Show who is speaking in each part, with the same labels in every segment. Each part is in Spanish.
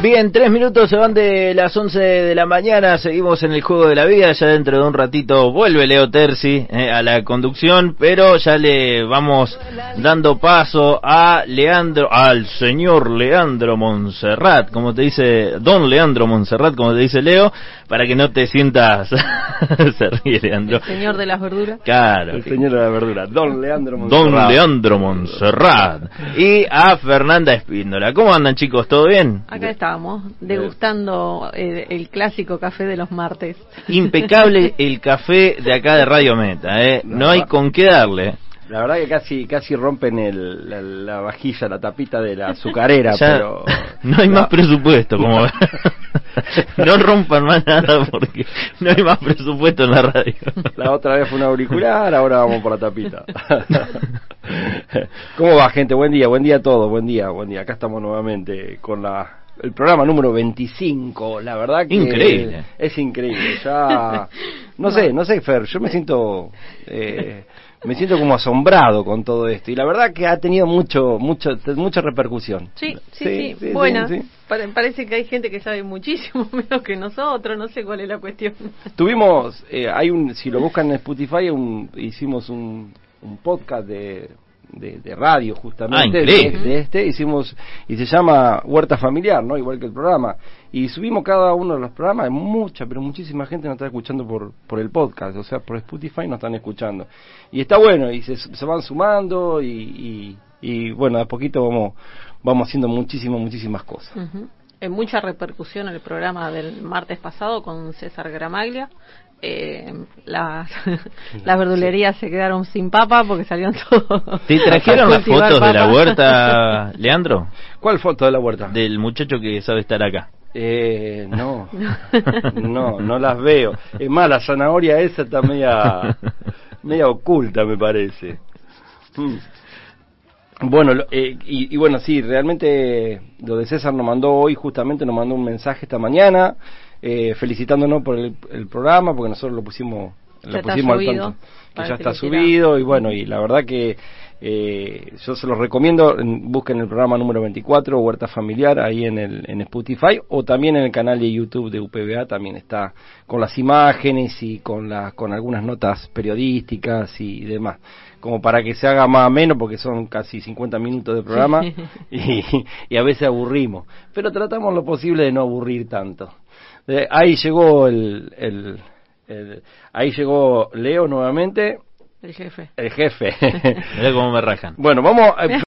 Speaker 1: Bien, tres minutos se van de las 11 de la mañana, seguimos en el juego de la vida, ya dentro de un ratito vuelve Leo Terzi eh, a la conducción, pero ya le vamos dando paso a Leandro, al señor Leandro Monserrat, como te dice, don Leandro Monserrat, como te dice Leo, para que no te sientas, se ríe Leandro.
Speaker 2: El señor de las verduras.
Speaker 1: Claro.
Speaker 3: El señor de la verdura, don Leandro
Speaker 1: Don
Speaker 3: Monserrat.
Speaker 1: Leandro Monserrat y a Fernanda Espíndola. ¿Cómo andan chicos? ¿Todo bien?
Speaker 2: Acá estábamos, degustando eh, el clásico café de los martes.
Speaker 1: Impecable el café de acá de Radio Meta, ¿eh? No hay con qué darle.
Speaker 3: La verdad que casi casi rompen el, la, la vajilla, la tapita de la azucarera,
Speaker 1: Ya
Speaker 3: pero...
Speaker 1: no hay más presupuesto, como
Speaker 3: No.
Speaker 1: ven. No rompan más nada porque no hay más presupuesto en la radio.
Speaker 3: La otra vez fue un auricular, ahora vamos por la tapita. ¿Cómo va, gente? Buen día, buen día a todos, buen día, buen día. Acá estamos nuevamente con la el programa número 25. La verdad que
Speaker 1: Increíble.
Speaker 3: es increíble. Ya no sé, no sé, Fer, yo me siento eh, me siento como asombrado con todo esto y la verdad que ha tenido mucho mucho mucha repercusión.
Speaker 2: Sí, sí, sí,
Speaker 3: sí,
Speaker 2: buena.
Speaker 3: sí, sí.
Speaker 2: Pa- parece que hay gente que sabe muchísimo menos que nosotros, no sé cuál es la cuestión.
Speaker 3: Tuvimos, eh, hay un, si lo buscan en Spotify, hay un- hicimos un, un podcast de, de, de radio justamente
Speaker 1: Ah, increíble.
Speaker 3: de, de este, hicimos y se llama Huerta Familiar, no, igual que el programa y subimos cada uno de los programas, mucha, pero muchísima gente nos está escuchando por por el podcast, o sea, por Spotify nos están escuchando y está bueno y se, se van sumando y, y, y, bueno, de a poquito vamos vamos haciendo muchísimas muchísimas cosas.
Speaker 2: Ujú. Eh, mucha repercusión en el programa del martes pasado con César Gramaglia. Eh, las, las verdulerías se quedaron sin papa porque salieron todos.
Speaker 1: ¿Te trajeron
Speaker 2: a
Speaker 1: las
Speaker 2: cultivar
Speaker 1: fotos de la
Speaker 2: papa.
Speaker 1: huerta, Leandro?
Speaker 3: ¿Cuál foto de la huerta?
Speaker 1: Del muchacho que sabe estar acá.
Speaker 3: Eh, no, no, no las veo. Es más, la zanahoria esa está media, media oculta, me parece. Mm. Bueno, lo- eh, y, y bueno, sí, realmente lo de César nos mandó hoy, justamente nos mandó un mensaje esta mañana, eh, felicitándonos por el, el programa, porque nosotros lo pusimos,
Speaker 2: Ya
Speaker 3: lo
Speaker 2: está
Speaker 3: pusimos
Speaker 2: subido,
Speaker 3: al tanto, que
Speaker 2: para
Speaker 3: ya
Speaker 2: que
Speaker 3: está
Speaker 2: lo quiera.
Speaker 3: subido, y bueno, y la verdad que eh, yo se los recomiendo, en- busquen el programa número 24, Huerta Familiar, ahí en, el, en Spotify, o también en el canal de YouTube de UPBA, también está con las imágenes y con, las con algunas notas periodísticas y demás, como para que se haga más ameno, porque son casi 50 minutos de programa, y, y a veces aburrimos, pero tratamos lo posible de no aburrir tanto. Eh, ahí llegó el- el- el, ahí llegó Leo nuevamente,
Speaker 2: El jefe.
Speaker 3: el jefe.
Speaker 1: Mirá cómo me rajan.
Speaker 3: bueno, vamos a ver.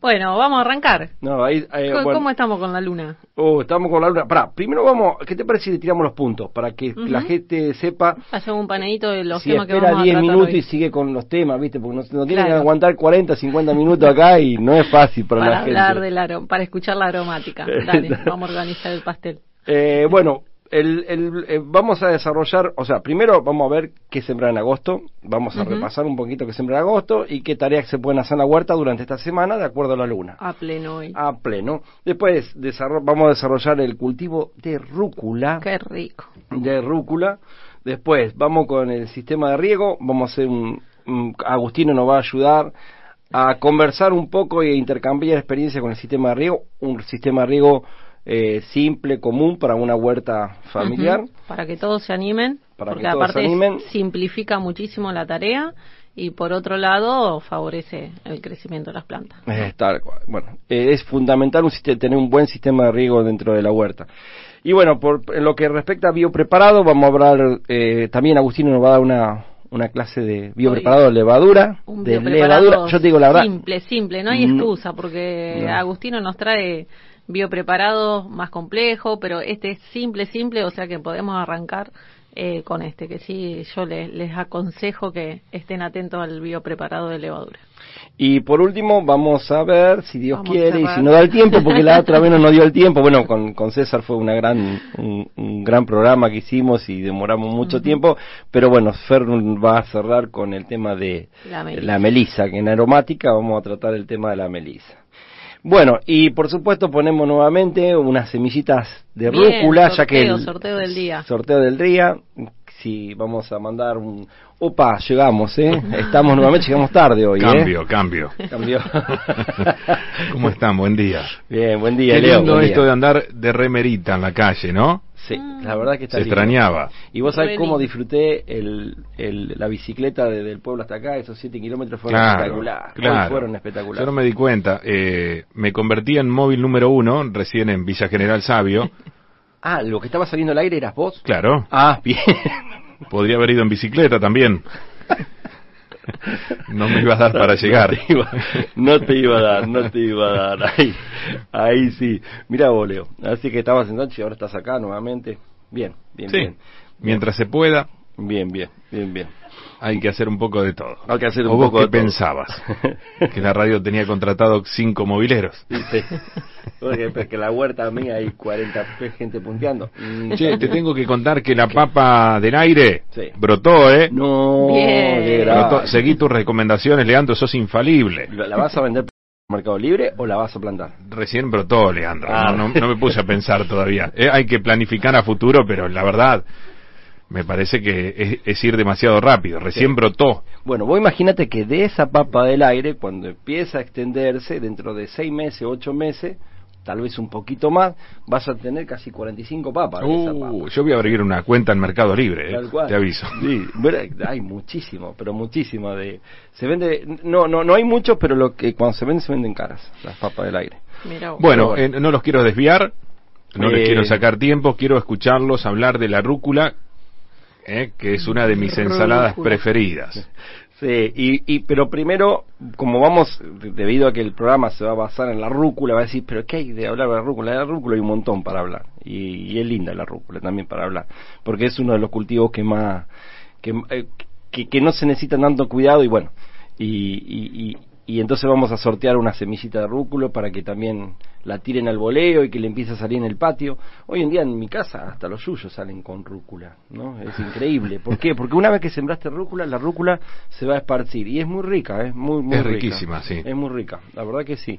Speaker 2: Bueno, vamos a arrancar.
Speaker 3: No, ahí,
Speaker 1: Eh,
Speaker 3: ahí,
Speaker 2: ¿Cómo,
Speaker 3: bueno.
Speaker 2: cómo estamos con la luna?
Speaker 3: Oh, estamos con la luna. Pará, primero vamos, ¿qué te parece si le tiramos los puntos? Para que
Speaker 2: Ujú.
Speaker 3: la gente sepa
Speaker 2: Hacemos un panadito de los
Speaker 3: si
Speaker 2: temas que vamos
Speaker 3: espera
Speaker 2: a
Speaker 3: 10
Speaker 2: tratar
Speaker 3: minutos
Speaker 2: hoy.
Speaker 3: y sigue con los temas, ¿viste? Porque no, no tienen que
Speaker 2: Claro.
Speaker 3: aguantar 40, 50 minutos acá y no es fácil para,
Speaker 2: para
Speaker 3: la gente.
Speaker 2: hablar de la aro- para escuchar la aromática. Dale, vamos a organizar el pastel.
Speaker 3: Eh, bueno, el, el- eh, vamos a desarrollar, o sea, primero vamos a ver qué sembrar en agosto, vamos a
Speaker 2: Ujú.
Speaker 3: repasar un poquito qué sembrar en agosto y qué tareas se pueden hacer en la huerta durante esta semana de acuerdo a la luna.
Speaker 2: A pleno hoy.
Speaker 3: a pleno. Después desarro- vamos a desarrollar el cultivo de rúcula.
Speaker 2: Qué rico.
Speaker 3: De rúcula. Después vamos con el sistema de riego. Vamos a hacer un, un- Agustino nos va a ayudar a conversar un poco e intercambiar experiencias con el sistema de riego. Un sistema de riego eh, simple, común para una huerta familiar.
Speaker 2: Ujú. Para que todos se animen.
Speaker 3: Para que
Speaker 2: porque
Speaker 3: todos se
Speaker 2: aparte es-
Speaker 3: animen.
Speaker 2: simplifica muchísimo la tarea y por otro lado favorece el crecimiento de las plantas.
Speaker 3: Eh, tal cual. Bueno, eh, es fundamental un siste- tener un buen sistema de riego dentro de la huerta. Y bueno, por, en lo que respecta a biopreparado, vamos a hablar, eh, también Agustino nos va a dar una, una clase de biopreparado de levadura.
Speaker 2: Un
Speaker 3: de
Speaker 2: biopreparado
Speaker 3: levadura. Yo te digo la verdad.
Speaker 2: Simple, simple, no hay
Speaker 3: No.
Speaker 2: excusa porque
Speaker 3: No.
Speaker 2: Agustino nos trae biopreparados más complejo, pero este es simple, simple, o sea que podemos arrancar eh, con este, que sí, yo les, les aconsejo que estén atentos al biopreparado de levadura.
Speaker 3: Y por último, vamos a ver si Dios
Speaker 2: Vamos a
Speaker 3: quiere y
Speaker 2: cerrar.
Speaker 3: si no da el tiempo, porque la otra vez no nos dio el tiempo. Bueno, con, con César fue una gran, un, un gran programa que hicimos y demoramos mucho tiempo. Pero bueno, Fer va a cerrar con el tema de
Speaker 2: La melisa.
Speaker 3: melisa, que en aromática vamos a tratar el tema de la melisa. Bueno, y por supuesto ponemos nuevamente unas semillitas de
Speaker 2: Bien,
Speaker 3: rúcula, ya que
Speaker 2: sorteo,
Speaker 3: el
Speaker 2: sorteo del día.
Speaker 3: sorteo del día, si vamos a mandar un, Opa, llegamos, ¿eh? Estamos nuevamente, llegamos tarde hoy. ¿eh?
Speaker 4: Cambio, cambio.
Speaker 3: Cambió.
Speaker 4: ¿Cómo están? Buen día.
Speaker 3: Bien, buen día,
Speaker 4: Qué
Speaker 3: Leo.
Speaker 4: lindo
Speaker 3: buen día.
Speaker 4: esto de andar de remerita en la calle, ¿no?
Speaker 3: Sí, la verdad que está
Speaker 4: Se
Speaker 3: lindo.
Speaker 4: extrañaba.
Speaker 3: Y vos sabés
Speaker 2: Re
Speaker 3: cómo
Speaker 2: lindo.
Speaker 3: disfruté el, el- la bicicleta desde el pueblo hasta acá, esos 7 kilómetros fueron espectaculares. Hoy
Speaker 4: claro.
Speaker 3: Fueron espectaculares.
Speaker 4: Yo no me di cuenta. eh, me convertí en móvil número uno, recién en Villa General Sabio.
Speaker 3: Ah, lo que estaba saliendo al aire eras vos.
Speaker 4: Claro.
Speaker 3: Ah, bien.
Speaker 4: Podría haber ido en bicicleta también. No me ibas a dar para llegar.
Speaker 3: No te iba, no te iba a dar, no te iba a dar. Ahí, ahí sí. Mira, vos, Leo. Así que estabas en Sanchi y ahora estás acá nuevamente. Bien, bien,
Speaker 4: Sí.
Speaker 3: bien.
Speaker 4: Mientras se pueda,
Speaker 3: Bien, bien, bien, bien.
Speaker 4: hay que hacer un poco de todo.
Speaker 3: Hay que hacer un
Speaker 4: ¿O vos
Speaker 3: poco
Speaker 4: qué
Speaker 3: de todo.
Speaker 4: pensabas? Que la radio tenía contratado cinco mobileros.
Speaker 3: Dice, Oye, pues que la huerta mía hay 40 pe- gente punteando. Mm,
Speaker 4: Che, te tengo que contar que la papa del aire
Speaker 3: Sí.
Speaker 4: brotó, ¿eh?
Speaker 3: No,
Speaker 2: Bien.
Speaker 3: de verdad.
Speaker 4: Brotó. Seguí tus recomendaciones, Leandro, sos infalible.
Speaker 3: ¿La la vas a vender por Mercado Libre o la vas a plantar?
Speaker 4: Recién brotó, Leandro.
Speaker 3: Ah.
Speaker 4: No, no- no me puse a pensar todavía. Eh, hay que planificar a futuro, pero la verdad, me parece que es, es ir demasiado rápido. Recién
Speaker 3: Sí.
Speaker 4: brotó.
Speaker 3: Bueno, vos imagínate que de esa papa del aire, cuando empieza a extenderse, dentro de seis meses, ocho meses, tal vez un poquito más, vas a tener casi 45 papas. de esa papa.
Speaker 4: Uh, yo voy a abrir una cuenta en Mercado Libre, eh,
Speaker 3: Tal cual.
Speaker 4: te aviso.
Speaker 3: Sí, bueno, hay muchísimo, pero muchísimo de... Se vende... No, no, no hay muchos, pero lo que cuando se venden, se venden caras, las papas del aire.
Speaker 2: Mira vos.
Speaker 4: Bueno,
Speaker 3: Pero bueno.
Speaker 4: eh, no los quiero desviar, no
Speaker 3: Eh.
Speaker 4: les quiero sacar tiempo, quiero escucharlos hablar de la rúcula, eh, que es una de mis ensaladas
Speaker 2: Rúcula.
Speaker 4: preferidas.
Speaker 3: Sí, y, y- pero primero, como vamos, de- debido a que el programa se va a basar en la rúcula, va a decir, pero ¿qué hay de hablar de la rúcula? De la rúcula hay un montón para hablar, y, y es linda la rúcula también para hablar, porque es uno de los cultivos que más, que, eh, que, que no se necesita tanto cuidado, y bueno, y, y, y, y entonces vamos a sortear una semillita de rúculo para que también la tiren al voleo y que le empiece a salir en el patio. Hoy en día en mi casa hasta los yuyos salen con rúcula, ¿no? Es increíble. ¿Por qué? Porque una vez que sembraste rúcula, la rúcula se va a esparcir y es muy rica, es muy, muy
Speaker 4: Es
Speaker 3: rica.
Speaker 4: riquísima, sí.
Speaker 3: Es muy rica, la verdad que sí.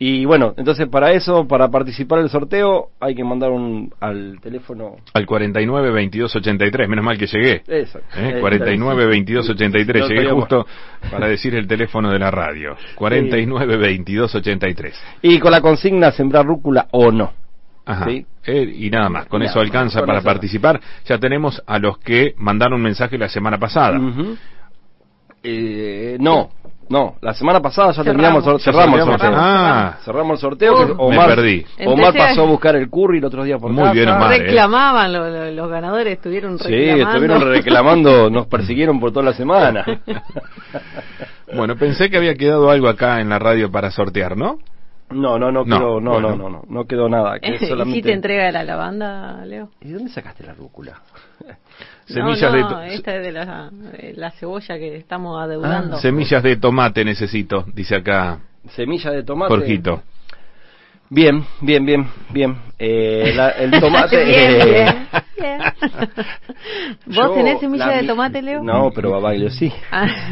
Speaker 3: Y bueno, entonces para eso, para participar del sorteo, hay que mandar un al teléfono
Speaker 4: Al 49 22 83, menos mal que llegué.
Speaker 3: eso,
Speaker 4: Eh, 49 22 83,
Speaker 3: No
Speaker 4: llegué
Speaker 3: estaría
Speaker 4: justo
Speaker 3: mal.
Speaker 4: para decir el teléfono de la radio. 49 22 83.
Speaker 3: Y con la consigna sembrar rúcula o no.
Speaker 4: Ajá.
Speaker 3: Sí.
Speaker 4: Eh, y nada más, con
Speaker 3: Nada
Speaker 4: eso
Speaker 3: más,
Speaker 4: alcanza
Speaker 3: con
Speaker 4: para
Speaker 3: eso.
Speaker 4: participar. Ya tenemos a los que mandaron mensaje la semana pasada.
Speaker 3: Ujú. Eh, no, no. La semana pasada ya
Speaker 2: Cerramos.
Speaker 3: terminamos, sor-
Speaker 4: Ya
Speaker 3: cerramos el
Speaker 4: cerramos,
Speaker 3: sorteo.
Speaker 4: ah.
Speaker 3: Cerramos el sorteo. que
Speaker 4: Oh, me
Speaker 3: Omar,
Speaker 4: perdí.
Speaker 3: Omar
Speaker 2: Empecé a-
Speaker 3: pasó a buscar el curry el otro día por
Speaker 4: Muy
Speaker 3: casa.
Speaker 4: bien, Omar. eh.
Speaker 2: reclamaban lo- lo- los ganadores, estuvieron
Speaker 3: Sí,
Speaker 2: reclamando.
Speaker 3: estuvieron reclamando, nos persiguieron por toda la semana.
Speaker 4: Bueno, pensé que había quedado algo acá en la radio para sortear, ¿no?
Speaker 3: No, no, no,
Speaker 4: No,
Speaker 3: quedó, no,
Speaker 4: bueno.
Speaker 3: no, no, no, no quedó nada. que
Speaker 2: ¿Y si
Speaker 3: solamente-
Speaker 2: te entrega de la lavanda, Leo?
Speaker 3: ¿Y dónde sacaste la rúcula?
Speaker 4: Semillas
Speaker 2: no,
Speaker 4: de
Speaker 2: no,
Speaker 4: to-
Speaker 2: esta es de la, eh, la cebolla que estamos adeudando.
Speaker 3: Ah,
Speaker 4: Semillas de tomate necesito, dice acá
Speaker 3: Semilla de tomate.
Speaker 4: Jorgito.
Speaker 3: Bien, bien, bien, bien. Eh, la- el tomate.
Speaker 2: Bien,
Speaker 3: eh,
Speaker 2: bien, bien. ¿Vos
Speaker 3: yo-
Speaker 2: tenés semilla
Speaker 3: la
Speaker 2: de
Speaker 3: mi-
Speaker 2: tomate, Leo?
Speaker 3: No, pero Babaglio sí.
Speaker 2: Ah,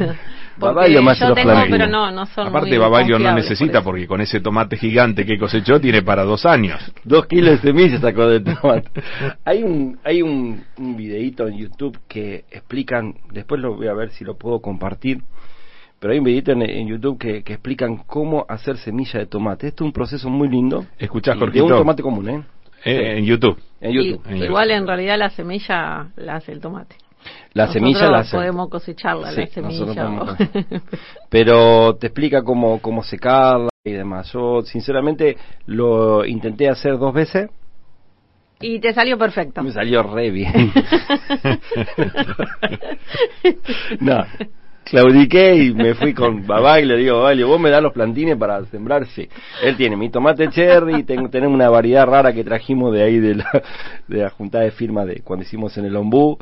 Speaker 2: porque
Speaker 3: Babalio más
Speaker 2: yo
Speaker 3: los
Speaker 2: tengo,
Speaker 3: flaneles.
Speaker 2: pero no, no son
Speaker 4: Aparte,
Speaker 2: muy
Speaker 4: Babalio no
Speaker 2: confiables,
Speaker 4: necesita
Speaker 2: por eso.
Speaker 4: porque con ese tomate gigante que cosechó tiene para dos años.
Speaker 3: Dos kilos de semillas sacó de tomate. Hay un hay un, un videíto en YouTube que explican, después lo voy a ver si lo puedo compartir, pero hay un videíto en, en YouTube que, que explican cómo hacer semilla de tomate. Esto es un proceso muy lindo.
Speaker 4: Escuchá,
Speaker 3: Y De
Speaker 4: Jorgito.
Speaker 3: un tomate común, ¿eh?
Speaker 4: Eh, En YouTube.
Speaker 3: En YouTube.
Speaker 2: Y- igual en realidad la semilla la hace el tomate.
Speaker 3: La
Speaker 2: Nosotros
Speaker 3: semilla la hace.
Speaker 2: podemos cosecharla,
Speaker 3: Sí,
Speaker 2: la
Speaker 3: nosotros
Speaker 2: semilla.
Speaker 3: podemos
Speaker 2: o-
Speaker 3: pero te explica cómo, cómo secarla y demás. Yo, sinceramente, lo intenté hacer dos veces.
Speaker 2: y te salió perfecto.
Speaker 3: Me salió re bien. no, claudiqué y me fui con Babá y le digo, Babaglio, vos me das los plantines para sembrar. Sí. Él tiene mi tomate cherry, tengo, tenemos una variedad rara que trajimos de ahí de la, de la juntada de firmas de cuando hicimos en el ombú.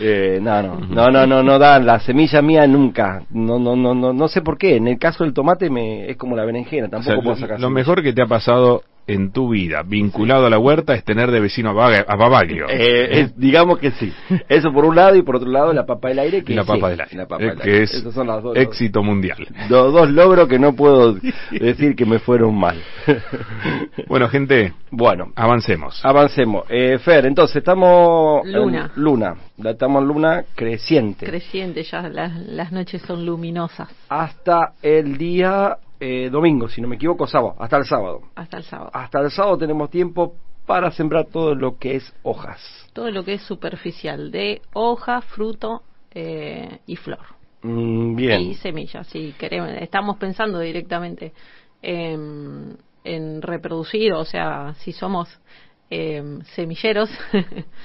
Speaker 3: Eh, no, no, no, no, no, no dan, la semilla mía nunca. No, no, no, no, no sé por qué. En el caso del tomate me, es como la berenjena,
Speaker 4: O
Speaker 3: tampoco
Speaker 4: sea,
Speaker 3: puedo
Speaker 4: lo-
Speaker 3: sacar
Speaker 4: lo
Speaker 3: semilla.
Speaker 4: mejor que te ha pasado en tu vida vinculado a la huerta es tener de vecino a, Baga- a Babaglio.
Speaker 3: Eh, es- digamos que sí. Eso por un lado y por otro lado la papa del aire que
Speaker 4: Y la
Speaker 3: sí,
Speaker 4: papa del aire,
Speaker 3: la papa
Speaker 4: eh,
Speaker 3: del
Speaker 4: que
Speaker 3: aire.
Speaker 4: es
Speaker 3: Esos son los dos,
Speaker 4: éxito mundial.
Speaker 3: los dos logros que no puedo decir que me fueron mal.
Speaker 4: Bueno, gente,
Speaker 3: bueno,
Speaker 4: avancemos.
Speaker 3: avancemos. Eh, Fer, entonces estamos en
Speaker 2: Luna.
Speaker 3: luna, la estamos en luna creciente.
Speaker 2: Creciente, ya las, las noches son luminosas
Speaker 3: hasta el día eh, domingo, si no me equivoco, sábado, hasta el sábado.
Speaker 2: hasta el sábado.
Speaker 3: Hasta el sábado tenemos tiempo para sembrar todo lo que es hojas.
Speaker 2: Todo lo que es superficial, de hoja, fruto eh, y flor.
Speaker 3: Mm, bien.
Speaker 2: Y semillas, si queremos. Estamos pensando directamente en, en reproducir, o sea, si somos em, semilleros,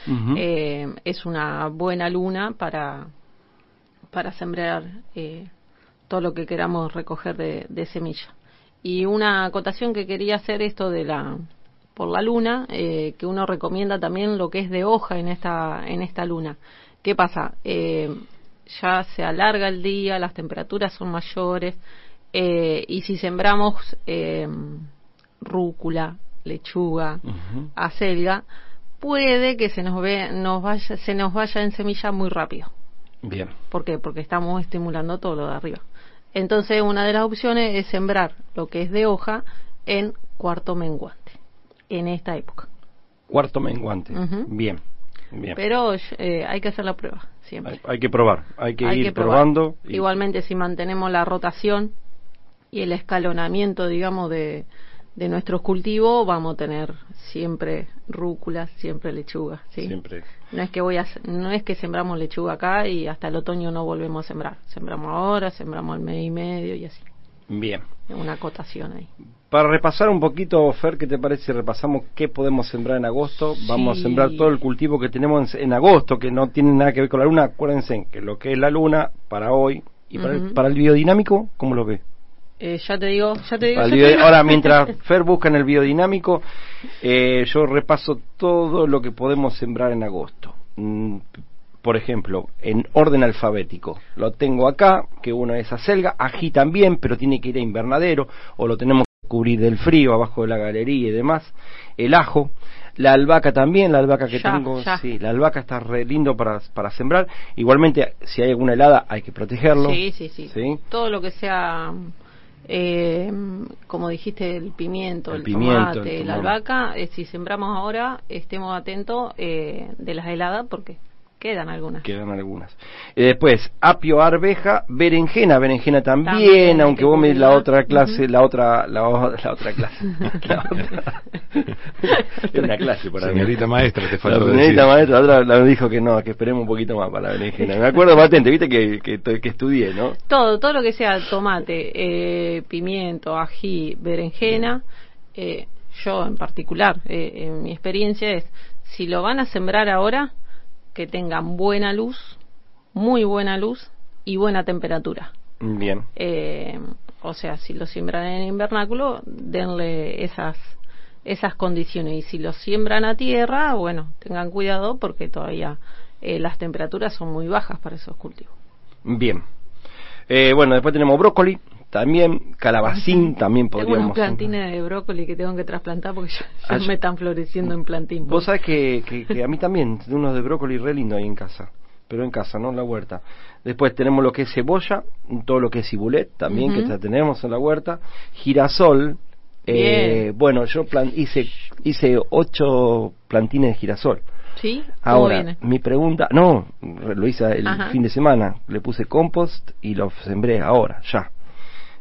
Speaker 3: Ujú.
Speaker 2: em, es una buena luna para, para sembrar eh, todo lo que queramos recoger de, de semilla. Y una acotación que quería hacer esto de la por la luna, eh, que uno recomienda también lo que es de hoja en esta en esta luna. ¿Qué pasa? Eh, ya se alarga el día, las temperaturas son mayores eh, y si sembramos eh, rúcula, lechuga,
Speaker 3: Ujú.
Speaker 2: acelga, puede que se nos ve, nos vaya, se nos vaya en semilla muy rápido.
Speaker 3: Bien.
Speaker 2: ¿Por qué? Porque estamos estimulando todo lo de arriba. Entonces, una de las opciones es sembrar lo que es de hoja en cuarto menguante, en esta época.
Speaker 3: Cuarto menguante.
Speaker 2: Ujú.
Speaker 3: Bien. Bien.
Speaker 2: Pero eh, hay que hacer la prueba, siempre.
Speaker 3: Hay, hay que probar, hay que ir
Speaker 2: probar.
Speaker 3: probando. y-
Speaker 2: Igualmente, si mantenemos la rotación y el escalonamiento, digamos, de, de nuestros cultivos, vamos a tener siempre rúcula, siempre lechuga. ¿sí?
Speaker 3: Siempre.
Speaker 2: No es que voy a, no es que sembramos lechuga acá y hasta el otoño no volvemos a sembrar. Sembramos ahora, sembramos al mes y medio y así.
Speaker 3: Bien.
Speaker 2: Una acotación ahí.
Speaker 3: Para repasar un poquito, Fer, ¿qué te parece si repasamos qué podemos sembrar en agosto? Vamos
Speaker 2: Sí.
Speaker 3: a sembrar todo el cultivo que tenemos en, en agosto, que no tiene nada que ver con la luna. Acuérdense que lo que es la luna para hoy y para, el,
Speaker 2: Ujú.
Speaker 3: para el biodinámico, ¿cómo lo ve?
Speaker 2: Eh, ya te digo, ya te digo.
Speaker 3: Al
Speaker 2: ya este te
Speaker 3: bio-
Speaker 2: digo.
Speaker 3: Ahora, mientras Fer busca en el biodinámico, eh, yo repaso todo lo que podemos sembrar en agosto. Mm, por ejemplo, en orden alfabético. Lo tengo acá, que uno es acelga, ají también, pero tiene que ir a invernadero, o lo tenemos que cubrir del frío, abajo de la galería y demás. El ajo, la albahaca también, la albahaca que
Speaker 2: Ya,
Speaker 3: tengo,
Speaker 2: ya.
Speaker 3: sí, la albahaca está re lindo para, para sembrar. Igualmente, si hay alguna helada, hay que protegerlo.
Speaker 2: Sí, sí, sí,
Speaker 3: ¿Sí?
Speaker 2: Todo lo que sea, eh, como dijiste, el pimiento, el,
Speaker 3: El pimiento,
Speaker 2: tomate,
Speaker 3: el
Speaker 2: la
Speaker 3: tomate.
Speaker 2: albahaca, eh, si sembramos ahora, estemos atentos eh, de las heladas porque quedan algunas.
Speaker 3: Quedan algunas. Y después, apio, arveja, berenjena, berenjena también,
Speaker 2: También,
Speaker 3: aunque
Speaker 2: que
Speaker 3: vos me des la
Speaker 2: comida.
Speaker 3: otra clase,
Speaker 2: Ujú.
Speaker 3: la otra, la, o- la otra clase. La otra. Es una clase para mí.
Speaker 4: Señorita maestra, te faltó
Speaker 3: La señorita
Speaker 4: decir.
Speaker 3: maestra, la otra la dijo que no, que esperemos un poquito más para la berenjena. Me acuerdo patente, viste que, que, to- que estudié, ¿no?
Speaker 2: Todo, todo lo que sea tomate, eh, pimiento, ají, berenjena, eh, yo en particular, eh, en mi experiencia es, si lo van a sembrar ahora, que tengan buena luz, muy buena luz y buena temperatura.
Speaker 3: Bien.
Speaker 2: Eh, o sea, si lo siembran en invernáculo, denle esas esas condiciones. Y si lo siembran a tierra, bueno, tengan cuidado porque todavía eh, las temperaturas son muy bajas para esos cultivos.
Speaker 3: Bien. Eh, bueno, después tenemos brócoli, también calabacín, también
Speaker 2: Tengo unos
Speaker 3: podríamos.
Speaker 2: plantines de brócoli que tengo que trasplantar porque ya, ya
Speaker 3: Ah, yo-
Speaker 2: me están floreciendo en plantín.
Speaker 3: Vos sabés que, que- que a mí también, unos de brócoli re lindo ahí en casa. Pero en casa, no en la huerta. Después tenemos lo que es cebolla, todo lo que es cibulet también,
Speaker 2: Ujú.
Speaker 3: que la tenemos en la huerta. Girasol. eh,
Speaker 2: Bien.
Speaker 3: bueno, yo plan- hice, hice ocho plantines de girasol.
Speaker 2: ¿Sí? ¿Cómo
Speaker 3: Ahora,
Speaker 2: viene?
Speaker 3: mi pregunta, no, re- lo hice el
Speaker 2: Ajá.
Speaker 3: fin de semana, le puse compost y lo sembré ahora, ya.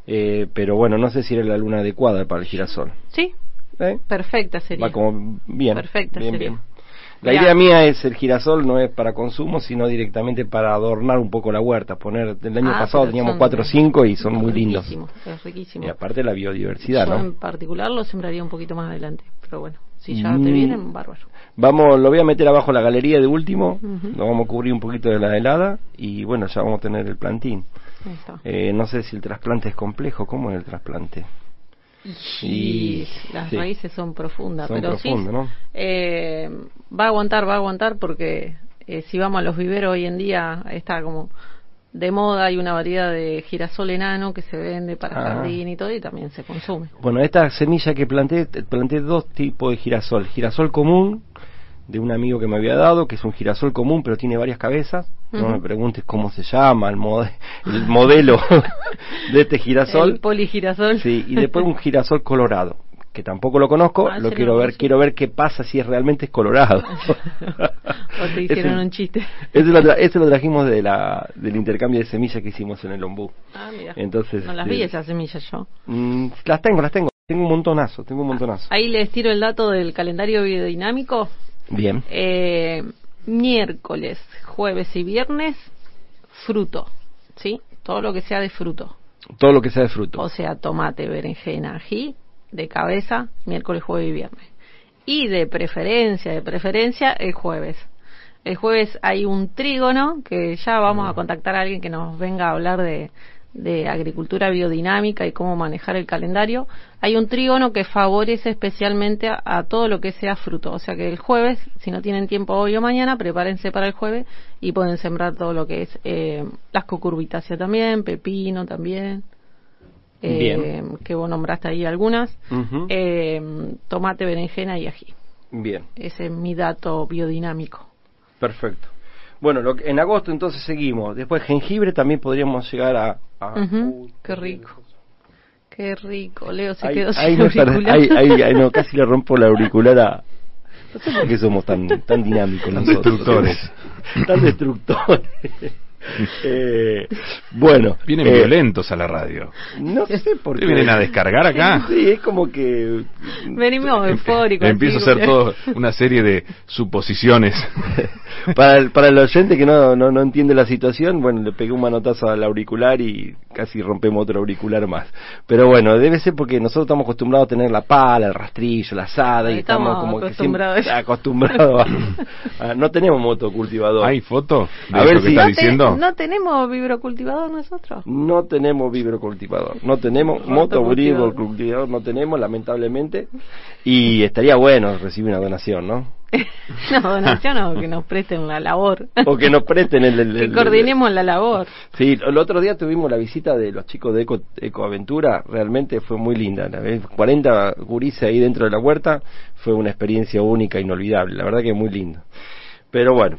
Speaker 3: Eh, pero bueno, no sé si era la luna adecuada para el girasol.
Speaker 2: Sí,
Speaker 3: ¿eh?
Speaker 2: perfecta sería.
Speaker 3: Va como bien.
Speaker 2: Perfecta
Speaker 3: bien,
Speaker 2: sería.
Speaker 3: bien. La
Speaker 2: Mirá.
Speaker 3: idea mía es el girasol no es para consumo, sino directamente para adornar un poco la huerta. Poner el año
Speaker 2: Ah,
Speaker 3: pasado
Speaker 2: pero
Speaker 3: teníamos
Speaker 2: son-
Speaker 3: cuatro o cinco y son muy lindos.
Speaker 2: riquísimos, Es riquísimo.
Speaker 3: Y aparte la biodiversidad,
Speaker 2: Yo
Speaker 3: ¿no?
Speaker 2: en particular lo sembraría un poquito más adelante, pero bueno, si ya te
Speaker 3: Mm.
Speaker 2: vienen, bárbaro.
Speaker 3: Vamos, lo voy a meter abajo la galería de último,
Speaker 2: Ujú.
Speaker 3: lo vamos a cubrir un poquito de la helada y bueno, ya vamos a tener el plantín.
Speaker 2: Ahí está.
Speaker 3: Eh, no sé si el trasplante es complejo, ¿cómo es el trasplante?
Speaker 2: Y
Speaker 3: Y-
Speaker 2: las
Speaker 3: sí.
Speaker 2: raíces son profundas,
Speaker 3: Son
Speaker 2: pero sí,
Speaker 3: profundas, ¿no?
Speaker 2: eh, va a aguantar, va a aguantar porque eh, si vamos a los viveros hoy en día está como de moda, hay una variedad de girasol enano que se vende para
Speaker 3: Ah.
Speaker 2: jardín y todo y también se consume.
Speaker 3: Bueno, esta semilla que planté, te- planté dos tipos de girasol. Girasol común, de un amigo que me había dado, que es un girasol común, pero tiene varias cabezas. No
Speaker 2: Ujú.
Speaker 3: me preguntes cómo se llama el, mode- el modelo de este
Speaker 2: El
Speaker 3: girasol.
Speaker 2: poligirasol.
Speaker 3: Sí, y después un girasol colorado, que tampoco lo conozco,
Speaker 2: Ah,
Speaker 3: lo
Speaker 2: ese
Speaker 3: quiero
Speaker 2: no,
Speaker 3: ver,
Speaker 2: sí.
Speaker 3: quiero ver qué pasa si es realmente es colorado.
Speaker 2: o te hicieron un chiste.
Speaker 3: Ese lo, tra- ese lo trajimos de la, del intercambio de semillas que hicimos en el ombú.
Speaker 2: Ah, mira.
Speaker 3: Entonces,
Speaker 2: no las vi
Speaker 3: eh,
Speaker 2: esas semillas yo.
Speaker 3: Mm, las tengo, las tengo. Tengo un montonazo, tengo un montonazo.
Speaker 2: Ahí les tiro el dato del calendario biodinámico.
Speaker 3: Bien.
Speaker 2: Eh, miércoles, jueves y viernes, fruto. ¿Sí? Todo lo que sea de fruto.
Speaker 3: Todo lo que sea de fruto.
Speaker 2: O sea, tomate, berenjena, ají, de cabeza, miércoles, jueves y viernes. Y de preferencia, de preferencia, el jueves. El jueves hay un trígono que ya vamos a contactar a alguien que nos venga a hablar de, de agricultura biodinámica y cómo manejar el calendario. Hay un trígono que favorece especialmente a, a todo lo que sea fruto. O sea que el jueves, si no tienen tiempo hoy o mañana, prepárense para el jueves y pueden sembrar todo lo que es eh, las cucurbitáceas también, pepino también. eh,
Speaker 3: Bien.
Speaker 2: que vos nombraste ahí algunas,
Speaker 3: Ujú.
Speaker 2: eh, tomate, berenjena y ají.
Speaker 3: Bien,
Speaker 2: Ese es mi dato biodinámico.
Speaker 3: perfecto. Bueno, lo que- en agosto entonces seguimos. Después jengibre también podríamos llegar a... a-
Speaker 2: Ujú,
Speaker 3: Uy,
Speaker 2: Qué rico. Qué rico. Leo se
Speaker 3: ahí-
Speaker 2: quedó
Speaker 3: ahí
Speaker 2: sin
Speaker 3: me perdí-
Speaker 2: auricular.
Speaker 3: ahí- ahí- ahí no, casi le rompo la auricular a... No sé por qué somos tan, tan dinámicos
Speaker 4: Tan
Speaker 3: nosotros.
Speaker 4: destructores.
Speaker 3: Tan destructores. Eh, bueno.
Speaker 4: Vienen
Speaker 3: eh,
Speaker 4: violentos a la radio.
Speaker 3: No sé por qué.
Speaker 4: Vienen a descargar acá.
Speaker 3: Sí, es como que...
Speaker 2: Venimos eufóricos.
Speaker 4: em, Empiezo a
Speaker 2: así,
Speaker 4: hacer
Speaker 2: porque-
Speaker 4: todo una serie de suposiciones.
Speaker 3: para, el, para el oyente que no, no, no entiende la situación, bueno, le pegué un manotazo al auricular y casi rompemos otro auricular más. Pero bueno, debe ser porque nosotros estamos acostumbrados a tener la pala, el rastrillo, la asada y
Speaker 2: Estamos
Speaker 3: estamos, como que siempre
Speaker 2: acostumbrados.
Speaker 3: acostumbrados a, a- No tenemos motocultivador.
Speaker 4: ¿Hay foto de
Speaker 3: A
Speaker 4: esto
Speaker 3: ver
Speaker 4: que
Speaker 3: si-
Speaker 4: está
Speaker 2: ¿No, te-
Speaker 4: diciendo?
Speaker 2: no tenemos vibrocultivador nosotros.
Speaker 3: No tenemos vibrocultivador, no tenemos
Speaker 2: Motocultivador.
Speaker 3: motovibrocultivador, no tenemos, lamentablemente. Y estaría bueno recibir una donación, ¿no?
Speaker 2: No, donación o que nos presten la labor.
Speaker 3: O que nos presten el- el-
Speaker 2: que
Speaker 3: el- el,
Speaker 2: coordinemos la labor.
Speaker 3: Sí, el otro día tuvimos la visita de los chicos de Eco, Ecoaventura, realmente fue muy linda. la vez- 40 gurises ahí dentro de la huerta, fue una experiencia única, inolvidable, la verdad que muy linda. Pero bueno,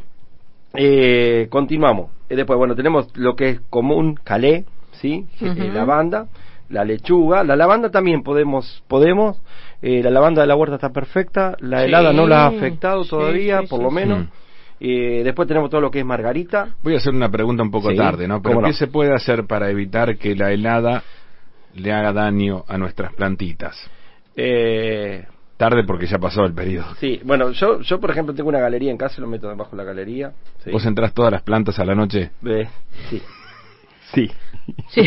Speaker 3: eh, continuamos. Eh, Después, bueno, tenemos lo que es común, calé, ¿sí? Eh,
Speaker 2: Ujú.
Speaker 3: lavanda, la lechuga, la lavanda también podemos, podemos. eh, la lavanda de la huerta está perfecta, la
Speaker 2: Sí.
Speaker 3: helada no la ha afectado
Speaker 2: Sí,
Speaker 3: todavía,
Speaker 2: sí,
Speaker 3: por
Speaker 2: sí,
Speaker 3: lo
Speaker 2: sí.
Speaker 3: menos.
Speaker 4: Mm.
Speaker 3: Eh, después tenemos todo lo que es margarita,
Speaker 4: Voy a hacer una pregunta un poco
Speaker 3: Sí,
Speaker 4: tarde, ¿no? Pero
Speaker 3: ¿cómo no?
Speaker 4: ¿qué se puede hacer para evitar que la helada le haga daño a nuestras plantitas?
Speaker 3: eh,
Speaker 4: Tarde porque ya pasó el periodo.
Speaker 3: Sí, bueno, yo, yo por ejemplo tengo una galería en casa, lo meto debajo de la galería. Sí.
Speaker 4: Vos entrás todas las plantas a la noche.
Speaker 3: Eh, sí. Sí.
Speaker 2: Sí.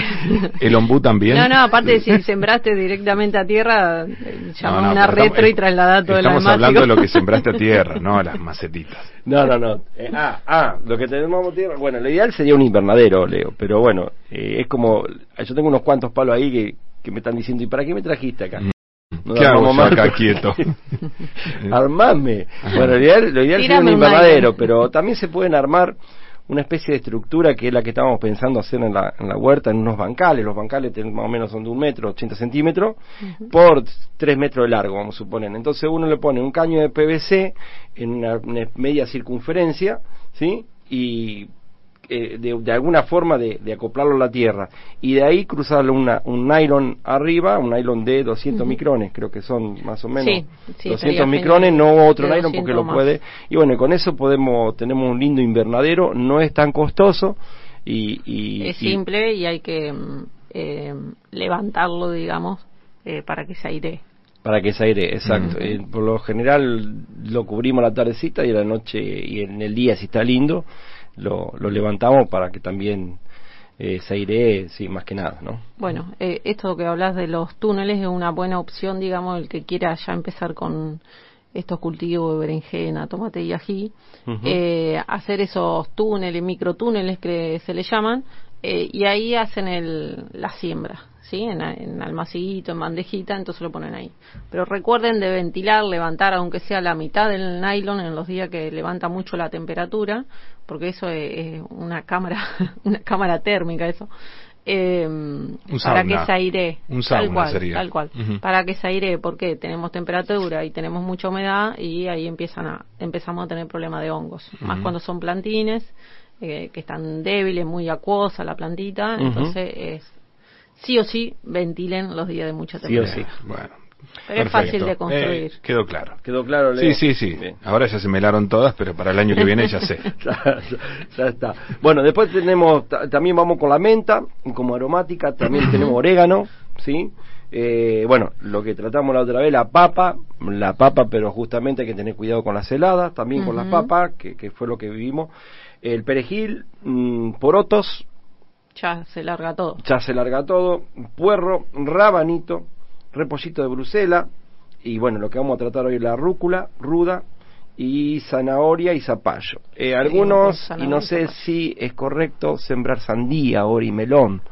Speaker 4: ¿El ombú también?
Speaker 2: No, no, aparte si sembraste directamente a tierra, eh, llama
Speaker 4: No, no,
Speaker 2: una
Speaker 4: pero estamos-
Speaker 2: retro y trasladá todo el
Speaker 4: Estamos
Speaker 2: almático.
Speaker 4: hablando de lo que sembraste a tierra, no a las macetitas.
Speaker 3: No, no, no. Eh, ah, ah, lo que tenemos tierra. Bueno, lo ideal sería un invernadero, Leo, pero bueno, eh, es como. Yo tengo unos cuantos palos ahí que, que me están diciendo, ¿y para qué me trajiste acá?
Speaker 4: Mm.
Speaker 3: No
Speaker 4: ¿Qué hago
Speaker 3: armamos
Speaker 4: yo
Speaker 3: más.
Speaker 4: acá quieto?
Speaker 3: Armame. Bueno, lo ideal, lo ideal sería un
Speaker 2: Tirame un
Speaker 3: invernadero,
Speaker 2: aire.
Speaker 3: pero también se pueden armar una especie de estructura que es la que estábamos pensando hacer en la, en la huerta, en unos bancales. Los bancales ten- más o menos son de un metro, 80 centímetros, por tres metros de largo, vamos a suponer. Entonces uno le pone un caño de PVC en una, una media circunferencia, ¿sí? Y eh, de, de alguna forma de, de acoplarlo a la tierra y de ahí cruzarle una, un nylon arriba, un nylon de 200
Speaker 2: Ujú.
Speaker 3: micrones, creo que son más o menos menos.
Speaker 2: Sí, sí, estaría
Speaker 3: 200
Speaker 2: genial.
Speaker 3: micrones, no otro
Speaker 2: De
Speaker 3: nylon porque
Speaker 2: 200
Speaker 3: lo
Speaker 2: más.
Speaker 3: puede. Y bueno, con eso podemos tenemos un lindo invernadero, no es tan costoso y, y-
Speaker 2: es
Speaker 3: y-
Speaker 2: simple y hay que mm, eh, levantarlo, digamos, eh, para que se aire.
Speaker 3: para que se aire, exacto.
Speaker 4: Ujú.
Speaker 3: Eh, por lo general lo cubrimos a la tardecita y a la noche y en el día si está lindo lo, lo levantamos para que también eh, se aire, sí, más que nada, ¿no?
Speaker 2: Bueno, eh, esto que hablas de los túneles es una buena opción, digamos, el que quiera ya empezar con estos cultivos de berenjena, tomate y ají,
Speaker 3: Ujú.
Speaker 2: eh, hacer esos túneles, microtúneles que se le llaman, eh, y ahí hacen el, la siembra, ¿sí? En, en almaciguito, en bandejita, entonces lo ponen ahí. Pero recuerden de ventilar, levantar aunque sea la mitad del nylon en los días que levanta mucho la temperatura, porque eso es, es una cámara, una cámara térmica eso. Eh, para
Speaker 4: sauna.
Speaker 2: que se aire
Speaker 4: Un
Speaker 2: tal
Speaker 4: sauna
Speaker 2: cual,
Speaker 4: sería.
Speaker 2: tal cual
Speaker 4: Ujú.
Speaker 2: para que se aire porque tenemos temperatura y tenemos mucha humedad y ahí empiezan a empezamos a tener problemas de hongos más
Speaker 4: Ujú.
Speaker 2: cuando son plantines eh, que están débiles muy acuosa la plantita
Speaker 3: Ujú.
Speaker 2: entonces es sí o sí ventilen los días de mucha
Speaker 3: Sí o
Speaker 2: temperatura
Speaker 3: sí.
Speaker 4: Bueno.
Speaker 2: Pero es fácil de construir.
Speaker 4: Eh, quedó claro.
Speaker 3: ¿Quedó claro, Leo?
Speaker 4: Sí, sí, sí.
Speaker 3: Bien.
Speaker 4: Ahora ya se melaron todas, pero para el año que viene ya sé.
Speaker 3: ya, ya- ya está. Bueno, después tenemos, ta- también vamos con la menta como aromática, también tenemos orégano, ¿sí? Eh, bueno, lo que tratamos la otra vez, la papa, la papa, pero justamente hay que tener cuidado con las heladas, también con las
Speaker 2: Ujú.
Speaker 3: papas, que, que fue lo que vivimos. El perejil, mm, porotos,
Speaker 2: ya se larga todo
Speaker 3: ya se larga todo, puerro, rabanito, repollito de Bruselas, y bueno, lo que vamos a tratar hoy es la rúcula, ruda, y zanahoria y zapallo.
Speaker 2: pues,
Speaker 3: Eh, algunos, y
Speaker 2: zanahoria
Speaker 3: no
Speaker 2: y
Speaker 3: sé
Speaker 2: zapallo.
Speaker 3: si es correcto sembrar sandía ahora y melón.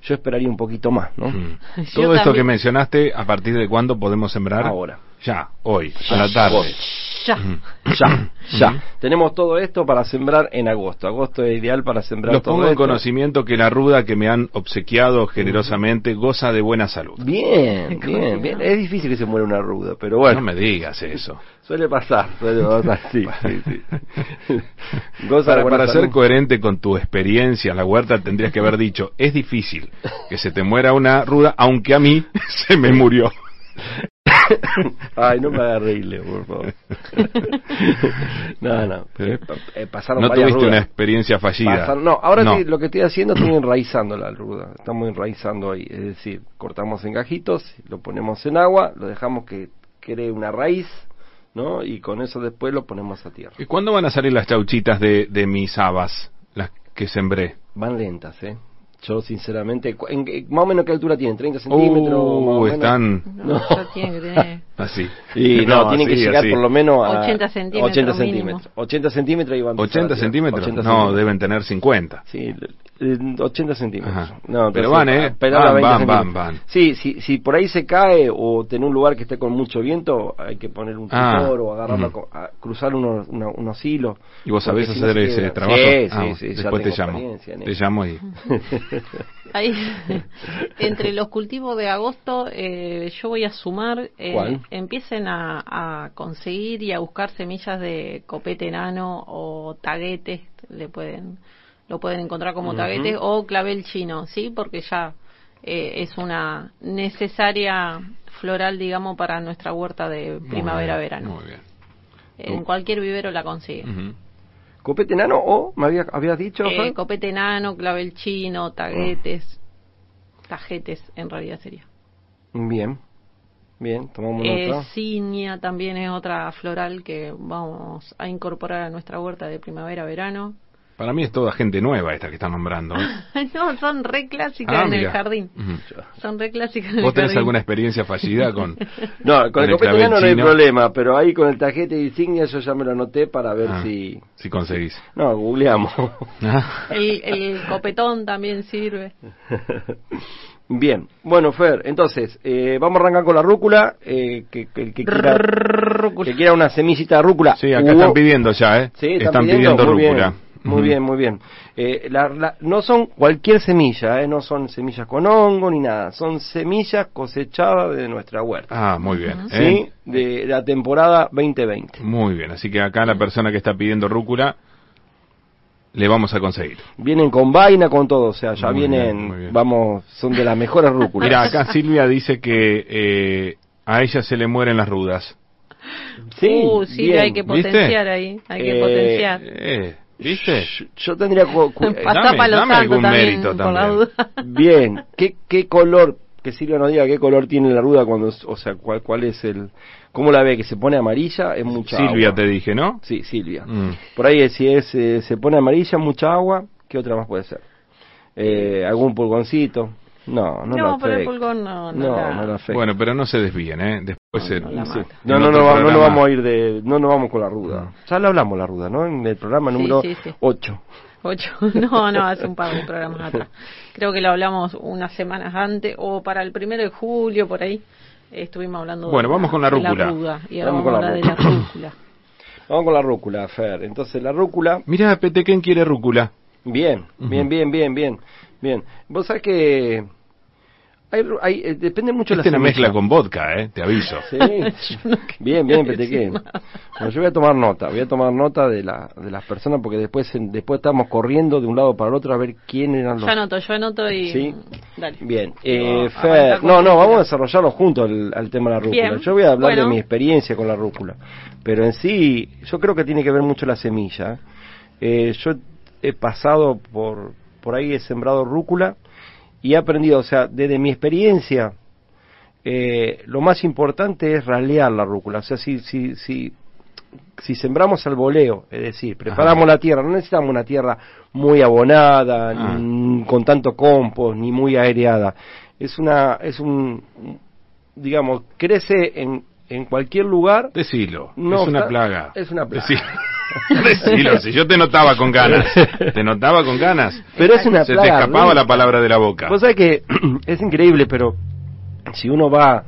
Speaker 3: Yo esperaría un poquito más, ¿no?
Speaker 4: Mm.
Speaker 2: Yo
Speaker 4: Todo esto
Speaker 2: también.
Speaker 4: que mencionaste, ¿a partir de cuándo podemos sembrar?
Speaker 3: Ahora.
Speaker 4: Ya, hoy, a la tarde.
Speaker 2: ya
Speaker 3: Ya, ya.
Speaker 4: Ujú.
Speaker 3: Tenemos todo esto para sembrar en agosto. Agosto es ideal para sembrar
Speaker 4: Los
Speaker 3: todo
Speaker 4: pongo en
Speaker 3: esto.
Speaker 4: conocimiento que la ruda que me han obsequiado generosamente goza de buena salud.
Speaker 3: Bien, bien, bien. Es difícil que se muera una ruda, pero bueno.
Speaker 4: No me digas eso.
Speaker 3: Suele pasar, suele pasar, sí, sí, sí. Goza de
Speaker 4: para
Speaker 3: buena
Speaker 4: para
Speaker 3: salud.
Speaker 4: ser coherente con tu experiencia, la huerta tendrías que haber dicho, es difícil que se te muera una ruda, aunque a mí se me murió.
Speaker 3: Ay, no me hagas reír, Leo, por favor. no, no.
Speaker 4: ¿Eh?
Speaker 3: Eh, pasaron
Speaker 4: No
Speaker 3: varias
Speaker 4: tuviste
Speaker 3: rudas.
Speaker 4: una experiencia fallida.
Speaker 3: Pasaron- no, ahora
Speaker 4: No.
Speaker 3: sí, lo que estoy haciendo estoy enraizando la ruda. Estamos enraizando ahí. Es decir, cortamos en gajitos, lo ponemos en agua, lo dejamos que cree una raíz, ¿no? Y con eso después lo ponemos a tierra.
Speaker 4: ¿Y cuándo van a salir las chauchitas de, de mis habas, las que sembré?
Speaker 3: Van lentas, ¿eh? Yo, sinceramente, cu- en- en- más o menos qué altura tienen, 30
Speaker 4: Uh,
Speaker 3: centímetros. más o menos?
Speaker 4: están
Speaker 2: no,
Speaker 3: No.
Speaker 2: ya tiene que tener
Speaker 4: así.
Speaker 3: Y no, tienen que
Speaker 4: así,
Speaker 3: llegar
Speaker 4: así.
Speaker 3: por lo menos a
Speaker 2: 80 centímetros
Speaker 3: 80
Speaker 2: mínimo.
Speaker 3: centímetros. 80 centímetros y van a empezar a
Speaker 4: 80
Speaker 3: tirar.
Speaker 4: centímetros.
Speaker 3: 80
Speaker 4: no,
Speaker 3: centímetros.
Speaker 4: deben tener 50.
Speaker 3: Sí, eh, 80 centímetros.
Speaker 4: Ajá.
Speaker 3: No,
Speaker 4: Pero
Speaker 3: entonces,
Speaker 4: van, ¿eh?
Speaker 3: esperar a
Speaker 4: Van,
Speaker 3: 20
Speaker 4: van,
Speaker 3: centímetros.
Speaker 4: van, van.
Speaker 3: Sí, si, si por ahí se cae o tener un lugar que esté con mucho viento, hay que poner un
Speaker 4: Ah.
Speaker 3: tutor o agarrarlo,
Speaker 4: Mm.
Speaker 3: co- a- cruzar unos, una- unos hilos.
Speaker 4: ¿Y vos
Speaker 3: porque
Speaker 4: sabés
Speaker 3: si no
Speaker 4: hacer
Speaker 3: se
Speaker 4: ese
Speaker 3: quiebra.
Speaker 4: trabajo?
Speaker 3: Sí,
Speaker 4: Ah,
Speaker 3: sí, sí. ya
Speaker 4: Después te
Speaker 3: tengo
Speaker 4: llamo.
Speaker 3: experiencia en
Speaker 4: Te
Speaker 3: eso.
Speaker 4: llamo y...
Speaker 2: Ahí, entre los cultivos de agosto, eh, yo voy a sumar, eh,
Speaker 3: ¿Cuál?
Speaker 2: empiecen a, a conseguir y a buscar semillas de copete enano o taguetes, le pueden, lo pueden encontrar como
Speaker 3: Ujú.
Speaker 2: taguetes o clavel chino, ¿sí? Porque ya eh, es una necesaria floral, digamos, para nuestra huerta de
Speaker 4: Muy bien,
Speaker 2: primavera-verano.
Speaker 4: Muy bien.
Speaker 2: En cualquier vivero la consigue.
Speaker 4: Ujú.
Speaker 3: ¿Copete enano o me había, habías dicho?
Speaker 2: Eh,
Speaker 3: Rafa?
Speaker 2: copete enano, clavel chino, taguetes, tajetes en realidad sería.
Speaker 3: Bien. Bien, tomamos
Speaker 2: Eh,
Speaker 3: nota.
Speaker 2: cinia también es otra floral que vamos a incorporar a nuestra huerta de primavera-verano.
Speaker 4: Para mí es toda gente nueva esta que está nombrando. ¿eh?
Speaker 2: no, son re clásicas
Speaker 4: Ah,
Speaker 2: en el
Speaker 4: mira.
Speaker 2: jardín.
Speaker 4: Ujú.
Speaker 2: Son re clásicas en el
Speaker 4: ¿Vos tenés
Speaker 2: jardín.
Speaker 4: alguna experiencia fallida con...?
Speaker 3: No, con
Speaker 4: con
Speaker 3: el
Speaker 4: el
Speaker 3: copete enano no hay
Speaker 4: chino?
Speaker 3: problema, pero ahí con el tarjeta de insignia yo ya me lo anoté para ver
Speaker 4: Ah,
Speaker 3: si...
Speaker 4: Si conseguís.
Speaker 3: No, googleamos.
Speaker 4: Ah.
Speaker 2: El, el copetón también sirve.
Speaker 3: Bien, bueno, Fer, entonces, eh, vamos a arrancar con la rúcula, eh, que, que, que quiera, que quiera una semillita de rúcula.
Speaker 4: Sí, acá
Speaker 3: Hubo-
Speaker 4: están pidiendo ya, ¿eh?
Speaker 3: Sí, están, pidiendo, muy
Speaker 4: rúcula.
Speaker 3: Bien. Muy
Speaker 4: Ujú.
Speaker 3: bien, muy bien. Eh, la- la- no son cualquier semilla, eh, no son semillas con hongo ni nada, son semillas cosechadas de nuestra huerta,
Speaker 4: Ah, muy bien.
Speaker 3: ¿sí?
Speaker 4: ¿eh?
Speaker 3: De la temporada 2020.
Speaker 4: Muy bien. Así que acá la persona que está pidiendo rúcula le vamos a conseguir.
Speaker 3: Vienen con vaina, con todo, o sea, ya
Speaker 4: Muy bien,
Speaker 3: vienen,
Speaker 4: muy bien.
Speaker 3: vamos, son de las mejores rúculas.
Speaker 4: Mira, acá Silvia dice que eh, a ella se le mueren las rudas.
Speaker 2: uh, sí,
Speaker 3: bien.
Speaker 2: hay que
Speaker 4: ¿Viste?
Speaker 2: potenciar ahí. Hay que
Speaker 3: Eh,
Speaker 2: potenciar.
Speaker 4: Eh, ¿Viste?
Speaker 3: Yo- Yo tendría cu- cu- eh,
Speaker 2: Pasá
Speaker 4: dame-
Speaker 2: palo
Speaker 4: dame
Speaker 2: santo
Speaker 4: algún
Speaker 2: también,
Speaker 4: mérito
Speaker 2: por
Speaker 4: también.
Speaker 2: la duda.
Speaker 3: bien, ¿qué, qué color, que Silvia nos diga qué color tiene la ruda cuando, es- o sea, cuál, cuál es el, cómo la ve, que se pone amarilla, es mucha
Speaker 4: Silvia
Speaker 3: agua.
Speaker 4: te dije, ¿no?
Speaker 3: Sí, Silvia.
Speaker 4: Mm.
Speaker 3: Por ahí si es, eh, se pone amarilla, mucha agua, ¿qué otra más puede ser? Eh, ¿Algún pulgoncito? No, no,
Speaker 2: No,
Speaker 3: la
Speaker 2: pero el
Speaker 3: afecta.
Speaker 2: pulgón no- no
Speaker 3: no,
Speaker 2: la-
Speaker 3: no la afecta.
Speaker 4: Bueno, pero no se desvíen, ¿eh? Después
Speaker 2: No,
Speaker 4: el-
Speaker 2: no la
Speaker 4: sí.
Speaker 2: mata.
Speaker 3: No,
Speaker 4: en
Speaker 3: no,
Speaker 4: otro
Speaker 3: no, va- no,
Speaker 4: programa-
Speaker 3: nos vamos a ir de. No nos vamos con la ruda. Ya la hablamos la ruda, ¿no? En el programa
Speaker 2: Sí,
Speaker 3: número
Speaker 2: sí, sí.
Speaker 3: 8.
Speaker 2: Ocho, no, no, hace un par de programas atrás. Creo que lo hablamos unas semanas antes o para el primero de julio, por ahí. eh, Estuvimos hablando
Speaker 4: Bueno, vamos con la
Speaker 2: de
Speaker 4: rúcula.
Speaker 2: ruda, y ahora vamos,
Speaker 3: Vamos con
Speaker 2: a
Speaker 3: la
Speaker 2: hablar de la rúcula.
Speaker 3: Vamos con la rúcula, Fer. Entonces, la rúcula
Speaker 4: Mira, Petequén quiere rúcula.
Speaker 3: Bien,
Speaker 4: Ujú.
Speaker 3: bien, bien, bien, bien, bien. Vos sabés que hay, hay- eh, depende mucho de
Speaker 4: Este
Speaker 3: la
Speaker 4: la
Speaker 3: semilla.
Speaker 4: mezcla con vodka, eh, te aviso.
Speaker 3: Sí. bien, bien, Petequín. Bueno, yo voy a tomar nota, voy a tomar nota de, la, de las personas porque después en- después estamos corriendo de un lado para el otro a ver quién eran
Speaker 2: Yo
Speaker 3: los...
Speaker 2: anoto, yo anoto y...
Speaker 3: Sí.
Speaker 2: Dale.
Speaker 3: Bien, eh,
Speaker 2: No, arranca
Speaker 3: Fer,
Speaker 2: con
Speaker 3: no,
Speaker 2: rúcula.
Speaker 3: no, vamos a desarrollarlo juntos al, al tema de la rúcula.
Speaker 2: Bien,
Speaker 3: Yo voy a hablar de
Speaker 2: bueno.
Speaker 3: mi experiencia con la rúcula, pero en sí, yo creo que tiene que ver mucho la semilla. Eh, yo he pasado por, por ahí, he sembrado rúcula y he aprendido, o sea, desde mi experiencia, eh, lo más importante es ralear la rúcula. O sea, si, si, si, si sembramos al voleo, es decir, preparamos
Speaker 4: Ajá.
Speaker 3: la tierra, no necesitamos una tierra muy abonada,
Speaker 4: Ah.
Speaker 3: ni con tanto compost, ni muy aereada. Es una, es un, digamos, crece en, en cualquier lugar.
Speaker 4: Decilo,
Speaker 3: No,
Speaker 4: es una
Speaker 3: está-
Speaker 4: plaga.
Speaker 3: es una plaga.
Speaker 4: Decí- Decilo, si yo te notaba con ganas, te notaba con ganas.
Speaker 3: Pero es una
Speaker 4: Se te
Speaker 3: plaga,
Speaker 4: escapaba
Speaker 3: ¿no?
Speaker 4: la palabra de la boca.
Speaker 3: Vos sabés que es increíble, pero si uno va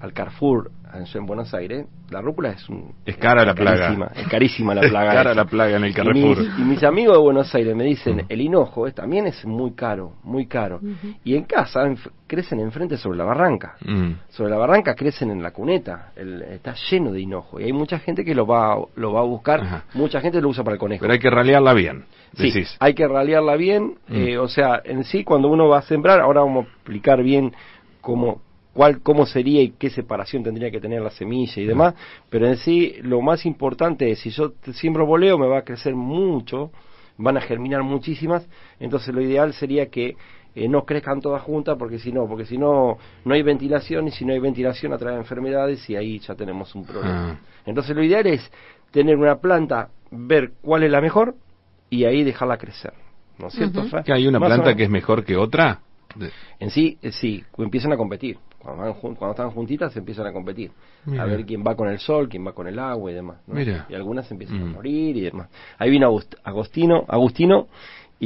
Speaker 3: al Carrefour en, en Buenos Aires, la rúcula es un...
Speaker 4: Es cara la plaga.
Speaker 3: carísima, Es carísima la
Speaker 4: Es
Speaker 3: plaga.
Speaker 4: cara
Speaker 3: esa.
Speaker 4: la plaga en el
Speaker 3: Y
Speaker 4: Carrefour. Mm.
Speaker 3: mis- Y mis, amigos de Buenos Aires me dicen, el hinojo es- también es muy caro, muy caro.
Speaker 2: Ujú.
Speaker 3: Y en casa enf- crecen enfrente sobre la barranca.
Speaker 4: Mm.
Speaker 3: Sobre la barranca crecen en la cuneta, el- está lleno de hinojo y hay mucha gente que lo va, a- lo va a buscar,
Speaker 4: Ajá.
Speaker 3: mucha gente lo usa para el conejo.
Speaker 4: Pero hay que ralearla bien,
Speaker 3: Sí,
Speaker 4: decís.
Speaker 3: hay que ralearla bien,
Speaker 4: Mm.
Speaker 3: eh, o sea, en sí cuando uno va a sembrar, ahora vamos a explicar bien cómo cuál cómo sería y qué separación tendría que tener la semilla
Speaker 4: Mm.
Speaker 3: y demás, pero en sí lo más importante es si yo te siembro boleo me va a crecer mucho, van a germinar muchísimas, entonces lo ideal sería que eh, no crezcan todas juntas porque si no, porque si no no hay ventilación y si no hay ventilación atrae enfermedades y ahí ya tenemos un problema.
Speaker 4: Ah.
Speaker 3: Entonces lo ideal es tener una planta, ver cuál es la mejor y ahí dejarla crecer. ¿No es cierto,
Speaker 2: Ujú.
Speaker 3: Fer?
Speaker 4: Ah. ¿Que hay una
Speaker 3: Más o
Speaker 4: planta
Speaker 3: menos.
Speaker 4: que es mejor que otra? De-
Speaker 3: En sí, eh, sí, cu- empiezan a competir. Cuando, van jun- cuando están juntitas empiezan a competir.
Speaker 4: Mira.
Speaker 3: A ver quién va con el sol, quién va con el agua y demás. ¿no?
Speaker 4: Mira.
Speaker 3: Y algunas empiezan a
Speaker 4: Mm.
Speaker 3: morir y demás. Ahí vino Agust- Agostino, Agustino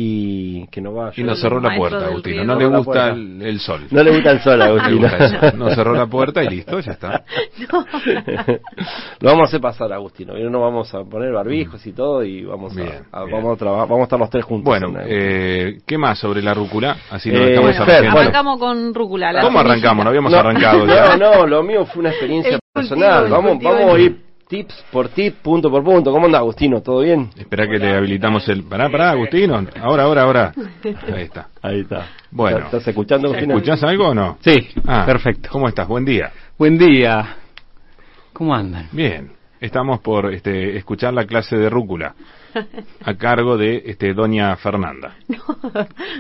Speaker 3: y que no va a
Speaker 4: Y no
Speaker 2: Yo-
Speaker 4: cerró la
Speaker 2: Maestro
Speaker 4: puerta,
Speaker 2: del
Speaker 4: Agustino.
Speaker 2: riego.
Speaker 4: No le
Speaker 3: Cerró la
Speaker 4: gusta
Speaker 3: puerta.
Speaker 4: el, el sol.
Speaker 3: No le gusta el sol a
Speaker 4: No le
Speaker 3: Agustino.
Speaker 4: gusta el sol. No cerró la puerta y listo, ya está.
Speaker 3: Lo vamos a hacer pasar, Agustino. Y no vamos a poner barbijos y todo y vamos a,
Speaker 4: Mm. Bien,
Speaker 3: a-
Speaker 4: bien.
Speaker 3: Vamos, a traba- vamos a estar los tres juntos.
Speaker 4: Bueno,
Speaker 3: en la-
Speaker 4: eh, ¿qué más sobre la rúcula? Así nos
Speaker 3: Eh,
Speaker 4: estamos
Speaker 3: bueno,
Speaker 4: arrancando.
Speaker 3: Fer,
Speaker 2: Arrancamos con rúcula. la
Speaker 4: ¿Cómo
Speaker 2: semilla.
Speaker 4: arrancamos? No habíamos arrancado
Speaker 3: No,
Speaker 4: ya.
Speaker 3: no, lo mío fue una experiencia
Speaker 2: El cultivo,
Speaker 3: personal.
Speaker 2: el
Speaker 3: vamos,
Speaker 2: cultivo,
Speaker 3: vamos a
Speaker 2: el-
Speaker 3: ir tips por tip, punto por punto. ¿Cómo anda Agustino? ¿Todo bien?
Speaker 4: Espera que le habilitamos el... Pará, pará, Agustino. Ahora, ahora, ahora. Ahí está.
Speaker 3: Ahí está.
Speaker 4: Bueno.
Speaker 3: ¿Estás escuchando, Agustino?
Speaker 4: ¿Escuchás algo o no?
Speaker 5: Sí,
Speaker 4: Ah,
Speaker 5: perfecto.
Speaker 4: ¿Cómo estás? Buen día.
Speaker 5: Buen día. ¿Cómo andan?
Speaker 4: Bien. Estamos por este, escuchar la clase de rúcula a cargo de este, Doña Fernanda.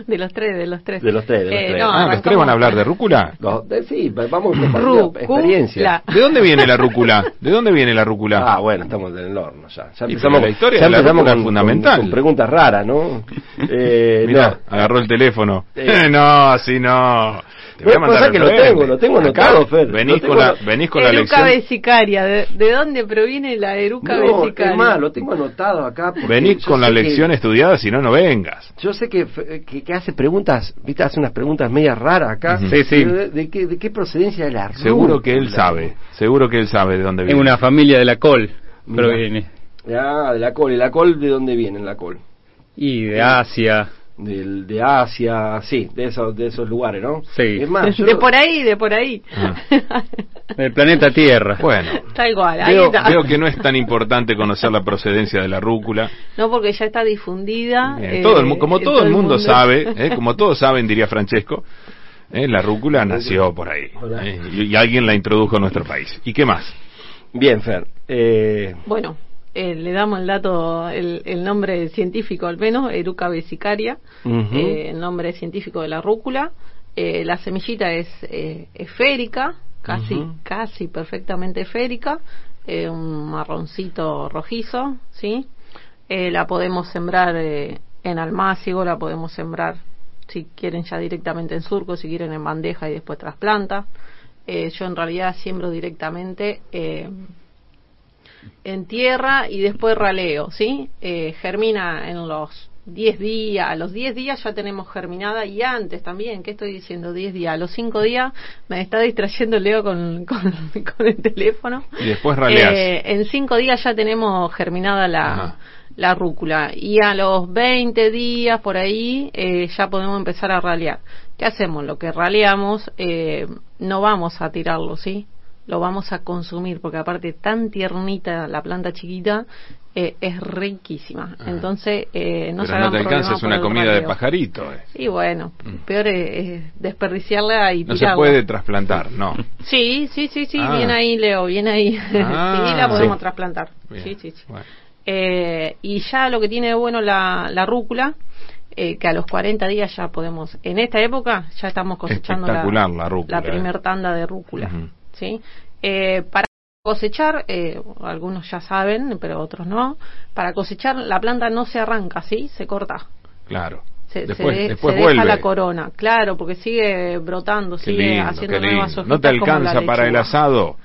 Speaker 2: de los tres, de los tres. Eh,
Speaker 3: De los tres, de los
Speaker 2: no,
Speaker 3: tres.
Speaker 4: ah, ¿los tres
Speaker 2: arrancamos-
Speaker 4: van a hablar de rúcula?
Speaker 3: No, de- eh, sí, va- vamos a
Speaker 2: Rúcula.
Speaker 3: compartir experiencia.
Speaker 4: ¿De dónde viene la rúcula? ¿De dónde viene la rúcula?
Speaker 3: Ah, bueno, estamos en el horno ya. Ya
Speaker 4: Y
Speaker 3: empezamos,
Speaker 4: pero la historia
Speaker 3: ya
Speaker 4: de la
Speaker 3: empezamos
Speaker 4: rúcula
Speaker 3: con,
Speaker 4: es fundamental.
Speaker 3: con- con preguntas raras, ¿no? Eh,
Speaker 4: Mirá,
Speaker 3: no.
Speaker 4: agarró el teléfono.
Speaker 3: Eh.
Speaker 4: Eh, no, sí, no.
Speaker 3: Vos pensás que lo
Speaker 4: problema.
Speaker 3: tengo, lo tengo anotado, Fer.
Speaker 4: Venís,
Speaker 3: Lo tengo
Speaker 4: con la,
Speaker 3: ano-
Speaker 4: venís con la
Speaker 2: Eruca
Speaker 4: lección.
Speaker 2: vesicaria. ¿De, de dónde proviene la eruca
Speaker 3: No,
Speaker 2: vesicaria?
Speaker 3: es más, lo tengo anotado acá. porque
Speaker 4: Venís
Speaker 3: yo
Speaker 4: con la
Speaker 3: sé que-
Speaker 4: lección estudiada, si no, no vengas.
Speaker 3: Yo sé que, eh, que, que hace preguntas, viste, hace unas preguntas media raras acá.
Speaker 4: Ujú. Sí,
Speaker 5: sí.
Speaker 3: ¿De, de qué, de qué procedencia es la
Speaker 4: Seguro que él
Speaker 3: rúcula?
Speaker 4: sabe. Seguro que él sabe de dónde
Speaker 5: En
Speaker 4: viene.
Speaker 5: una familia de la col
Speaker 3: Mira.
Speaker 5: proviene.
Speaker 3: Ah, de la col. ¿Y la col de dónde viene la col?
Speaker 5: Y de Asia.
Speaker 3: Del, de Asia, sí, de esos, de esos lugares, ¿no?
Speaker 5: Sí.
Speaker 3: Es más, yo
Speaker 2: de
Speaker 3: lo-
Speaker 2: por ahí, de por ahí.
Speaker 4: Ah.
Speaker 5: Del planeta Tierra.
Speaker 4: Bueno,
Speaker 2: Está igual. ahí
Speaker 4: veo,
Speaker 2: está.
Speaker 4: veo que no es tan importante conocer la procedencia de la rúcula.
Speaker 2: No, porque ya está difundida.
Speaker 4: Eh,
Speaker 2: eh,
Speaker 4: todo el, mu- como
Speaker 2: en
Speaker 4: todo el mundo sabe, eh, como todos saben, diría Francesco, eh, la rúcula nació por ahí. eh, y, y alguien la introdujo a nuestro país. ¿Y qué más?
Speaker 3: Bien, Fer. Eh,
Speaker 2: Bueno, eh, le damos el dato, el, el nombre científico al menos, Eruca vesicaria,
Speaker 3: Ujú.
Speaker 2: eh, el nombre científico de la rúcula. Eh, la semillita es eh, esférica, casi,
Speaker 3: Ujú.
Speaker 2: casi perfectamente esférica, eh, un marroncito rojizo, ¿sí? Eh, la podemos sembrar eh, en almácigo, la podemos sembrar si quieren ya directamente en surco, si quieren en bandeja y después trasplanta. Eh, yo en realidad siembro directamente eh, en tierra y después raleo, ¿sí? Eh, germina en los 10 días, a los 10 días ya tenemos germinada y antes también, ¿qué estoy diciendo? 10 días, a los 5 días me está distrayendo Leo con, con, con el teléfono.
Speaker 4: Y después raleás.
Speaker 2: Eh, en 5 días ya tenemos germinada la,
Speaker 4: Ajá.
Speaker 2: la rúcula y a los 20 días por ahí eh, ya podemos empezar a ralear. ¿Qué hacemos? Lo que raleamos eh, no vamos a tirarlo, ¿sí? Lo vamos a consumir porque aparte tan tiernita la planta chiquita eh, es riquísima.
Speaker 4: Ajá.
Speaker 2: Entonces eh, no se
Speaker 4: Pero no
Speaker 2: hagan
Speaker 4: te
Speaker 2: problema
Speaker 4: alcanza, es
Speaker 2: por
Speaker 4: una
Speaker 2: el
Speaker 4: comida de
Speaker 2: raleo.
Speaker 4: pajarito. eh.
Speaker 2: Y bueno,
Speaker 4: Mm.
Speaker 2: peor es, es desperdiciarla y
Speaker 4: No se
Speaker 2: tirarla.
Speaker 4: puede trasplantar, no.
Speaker 2: Sí, sí, sí, sí,
Speaker 4: Ah.
Speaker 2: bien ahí Leo, bien ahí.
Speaker 4: Ah.
Speaker 2: sí, la podemos
Speaker 4: Sí.
Speaker 2: trasplantar.
Speaker 4: Bien,
Speaker 2: Sí, sí, sí.
Speaker 4: bueno.
Speaker 2: Eh, y ya lo que tiene de bueno la, la rúcula, eh, que a los 40 días ya podemos, en esta época ya estamos cosechando
Speaker 4: Espectacular la rúcula, eh.
Speaker 2: primer tanda de rúcula.
Speaker 4: Ujú.
Speaker 2: ¿sí? Eh, para cosechar, eh, algunos ya saben, pero otros no, para cosechar la planta no se arranca, ¿sí? Se corta.
Speaker 4: Claro.
Speaker 2: Se,
Speaker 4: después
Speaker 2: se de-
Speaker 4: después
Speaker 2: se
Speaker 4: vuelve.
Speaker 2: deja la corona, claro, porque sigue brotando,
Speaker 4: Qué
Speaker 2: sigue
Speaker 4: lindo,
Speaker 2: haciendo
Speaker 4: qué
Speaker 2: nuevas
Speaker 4: lindo.
Speaker 2: hojitas.
Speaker 4: No te
Speaker 2: como la
Speaker 4: alcanza para el
Speaker 2: lechuga.
Speaker 4: asado.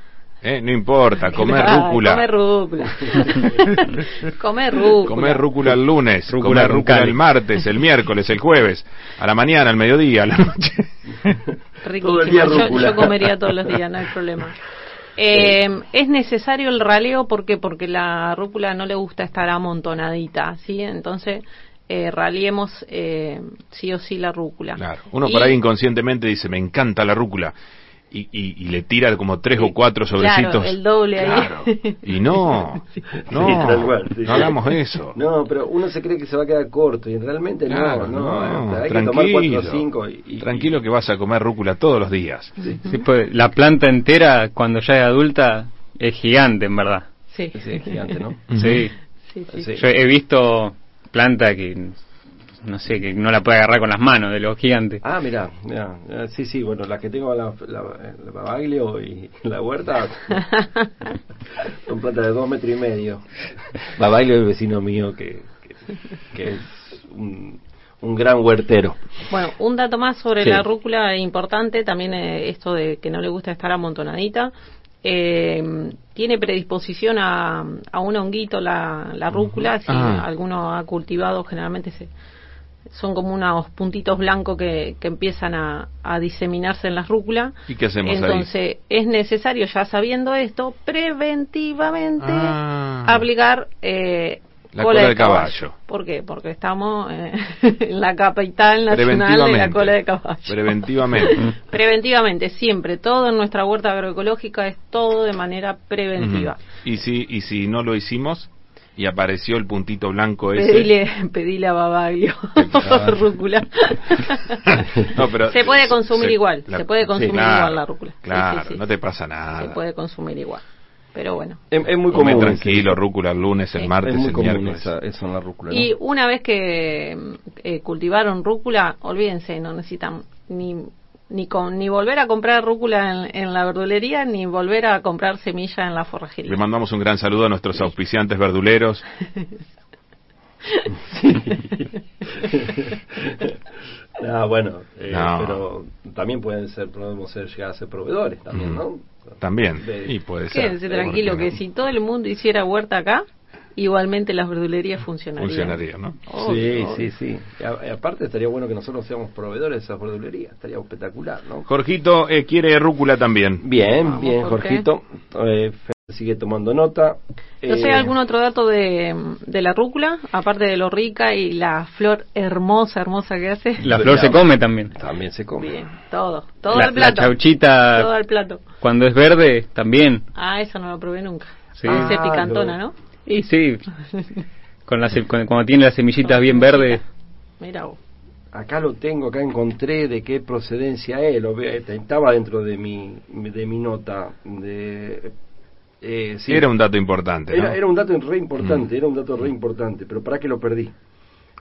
Speaker 4: eh, No importa, comer
Speaker 2: Ay,
Speaker 4: rúcula.
Speaker 2: Comer rúcula. comer rúcula.
Speaker 4: Comer rúcula el lunes,
Speaker 5: Rúcula
Speaker 4: comer
Speaker 5: con
Speaker 4: rúcula
Speaker 5: cali.
Speaker 4: el martes, el miércoles, el jueves, a la mañana, al mediodía, a la noche.
Speaker 2: Riquísimo.
Speaker 3: Todo el día
Speaker 2: Yo- yo,
Speaker 3: rúcula.
Speaker 2: comería todos los días, no hay problema. Eh, es necesario el raleo porque porque la rúcula no le gusta estar amontonadita, ¿sí? Entonces eh, raliemos eh, sí o sí la rúcula.
Speaker 4: Claro. Uno
Speaker 2: Y-
Speaker 4: por ahí inconscientemente dice, me encanta la rúcula. Y, y- y le tira como tres o cuatro sobrecitos.
Speaker 2: Claro, el doble ahí.
Speaker 4: Claro. Y no, no,
Speaker 3: Sí, tal cual, sí.
Speaker 4: no hagamos eso.
Speaker 3: No, pero uno se cree que se va a quedar corto y realmente
Speaker 4: Claro,
Speaker 3: no, no,
Speaker 4: no,
Speaker 3: Hay que tomar
Speaker 4: tranquilo.
Speaker 3: 4 o 5 y, y-
Speaker 4: tranquilo que vas a comer rúcula todos los días.
Speaker 5: Sí, pues, la planta entera, cuando ya es adulta, es gigante, en verdad.
Speaker 2: Sí.
Speaker 3: Sí, es gigante, ¿no?
Speaker 4: Ujú.
Speaker 5: Sí.
Speaker 2: Sí, sí.
Speaker 3: Sí.
Speaker 5: Yo he visto planta que, no sé, que no la puede agarrar con las manos de los gigantes.
Speaker 3: Ah, mira, mira, sí, sí, bueno, las que tengo la, la, la Baglio y la huerta son plantas de dos metros y medio. Baglio es vecino mío que, que, que es un, un gran huertero.
Speaker 2: Bueno, un dato más sobre
Speaker 3: Sí.
Speaker 2: la rúcula importante, también eh, esto de que no le gusta estar amontonadita. Eh, tiene predisposición a, a un honguito la, la rúcula, si
Speaker 4: Ah.
Speaker 2: alguno ha cultivado, generalmente se, son como unos puntitos blancos que, que empiezan a, a diseminarse en las rúculas.
Speaker 4: ¿Y qué hacemos ahí?
Speaker 2: Entonces, es necesario, ya sabiendo esto, preventivamente
Speaker 4: Ah.
Speaker 2: aplicar eh,
Speaker 4: La cola de caballo.
Speaker 2: ¿Por qué? Porque estamos eh, en la capital nacional de la cola de caballo.
Speaker 4: Preventivamente.
Speaker 2: Preventivamente, siempre. Todo en nuestra huerta agroecológica es todo de manera preventiva.
Speaker 4: Ujú. Y si y si no lo hicimos y apareció el puntito blanco ese.
Speaker 2: Pedile, pedile a Babaglio,
Speaker 4: Ah.
Speaker 2: rúcula.
Speaker 4: No, pero-
Speaker 2: se puede consumir
Speaker 4: se-
Speaker 2: igual,
Speaker 4: la-
Speaker 2: se puede
Speaker 4: sí,
Speaker 2: consumir
Speaker 4: claro,
Speaker 2: igual la rúcula. Sí, sí,
Speaker 4: Claro,
Speaker 2: sí.
Speaker 4: no te pasa nada.
Speaker 2: Se puede consumir igual. Pero bueno.
Speaker 3: Es, es muy
Speaker 4: Come
Speaker 3: común.
Speaker 4: tranquilo, rúcula el lunes, el
Speaker 2: Sí.
Speaker 3: Es
Speaker 4: martes,
Speaker 3: muy
Speaker 4: el
Speaker 3: común
Speaker 4: miércoles.
Speaker 3: esa, eso en la rúcula. ¿no?
Speaker 2: Y una vez que mm, eh, cultivaron rúcula, olvídense, no necesitan ni ni, con, ni volver a comprar rúcula en, en la verdulería, ni volver a comprar semilla en la
Speaker 4: Le
Speaker 2: forrajería.
Speaker 4: mandamos un gran saludo a nuestros auspiciantes verduleros.
Speaker 3: Ah, bueno, eh,
Speaker 4: No.
Speaker 3: pero también pueden ser, podemos ser, llegar a ser proveedores también, ¿no?
Speaker 4: También.
Speaker 3: De-
Speaker 4: Y puede ser.
Speaker 2: Quédense tranquilo
Speaker 4: ¿Por qué
Speaker 2: que
Speaker 4: no?
Speaker 2: si todo el mundo hiciera huerta acá, igualmente las verdulerías funcionarían.
Speaker 4: Funcionaría, ¿no?
Speaker 3: sí,
Speaker 2: Obvio, obvio.
Speaker 3: sí, sí. Y a- y aparte estaría bueno que nosotros seamos proveedores de esas verdulerías, estaría espectacular, ¿no?
Speaker 4: Jorgito eh, quiere rúcula también.
Speaker 3: Bien,
Speaker 2: Vamos,
Speaker 3: bien,
Speaker 2: Jorge.
Speaker 3: Jorgito. Eh, Fer sigue tomando nota.
Speaker 2: No sé,
Speaker 3: Eh,
Speaker 2: ¿algún otro dato de, de la rúcula? Aparte de lo rica y la flor hermosa, hermosa que hace.
Speaker 5: La flor se come también.
Speaker 3: También se come.
Speaker 2: Bien, todo, todo
Speaker 5: la,
Speaker 2: al plato.
Speaker 5: la chauchita,
Speaker 2: Todo al plato.
Speaker 5: cuando es verde, también.
Speaker 2: Ah, eso no lo probé nunca.
Speaker 5: Sí.
Speaker 2: Debe ser
Speaker 3: Ah,
Speaker 2: picantona,
Speaker 3: lo-
Speaker 2: ¿no?
Speaker 5: Y sí, con las, con- cuando tiene las semillitas bien verdes,
Speaker 2: Mira vos.
Speaker 3: Acá lo tengo, acá encontré de qué procedencia es. Lo, ve- estaba dentro de mi, de mi nota. De, eh, sí.
Speaker 4: Era un dato importante. ¿no?
Speaker 3: Era, era un dato re importante,
Speaker 4: Mm.
Speaker 3: era un dato re importante, pero para que lo perdí.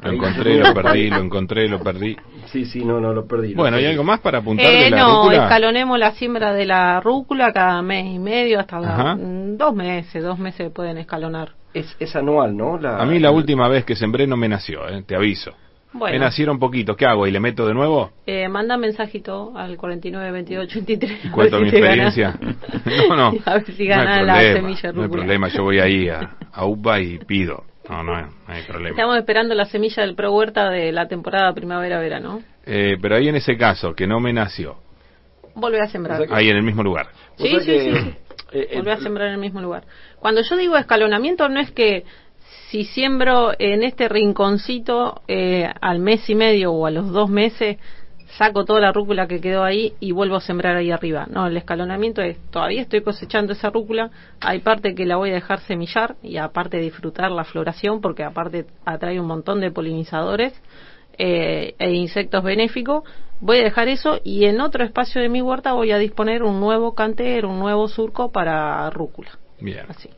Speaker 4: Lo encontré, lo perdí, lo encontré, lo perdí.
Speaker 3: Sí, sí, no, no, lo perdí.
Speaker 4: Bueno, ¿y
Speaker 3: hay
Speaker 4: algo más para apuntar de
Speaker 2: Eh,
Speaker 4: la
Speaker 2: no,
Speaker 4: rúcula?
Speaker 2: escalonemos la siembra de la rúcula cada mes y medio hasta la-
Speaker 4: Ajá.
Speaker 2: mm, dos meses, dos meses pueden escalonar.
Speaker 3: Es, es anual, ¿no? La,
Speaker 4: A mí la última vez que sembré no me nació, eh, te aviso. Me
Speaker 2: Bueno,
Speaker 4: nacieron poquito, ¿qué hago? ¿Y le meto de nuevo?
Speaker 2: eh, manda mensajito al 49 28
Speaker 4: ¿Y
Speaker 2: 23.
Speaker 4: cuento
Speaker 2: a ver
Speaker 4: mi
Speaker 2: si te
Speaker 4: experiencia?
Speaker 2: gana.
Speaker 4: No, no.
Speaker 2: A ver si
Speaker 4: no hay
Speaker 2: gana la
Speaker 4: problema,
Speaker 2: semilla
Speaker 4: No hay
Speaker 2: rúcula.
Speaker 4: problema, yo voy ahí a, a UPA y pido. No, no, no hay problema.
Speaker 2: Estamos esperando la semilla del Pro Huerta de la temporada primavera-verano.
Speaker 4: Eh, pero ahí en ese caso, que no me nació,
Speaker 2: Volver a sembrar.
Speaker 4: ahí en el mismo lugar.
Speaker 3: Vos
Speaker 2: Sí,
Speaker 3: sabés
Speaker 2: sí,
Speaker 3: que,
Speaker 2: sí, sí.
Speaker 3: eh, eh,
Speaker 2: Volver a sembrar en el mismo lugar. Cuando yo digo escalonamiento, no es que si siembro en este rinconcito eh, al mes y medio o a los dos meses, saco toda la rúcula que quedó ahí y vuelvo a sembrar ahí arriba. No, el escalonamiento es todavía estoy cosechando esa rúcula, hay parte que la voy a dejar semillar y aparte disfrutar la floración porque aparte atrae un montón de polinizadores eh, e insectos benéficos, voy a dejar eso y en otro espacio de mi huerta voy a disponer un nuevo cantero, un nuevo surco para rúcula.
Speaker 4: Bien.
Speaker 2: Así.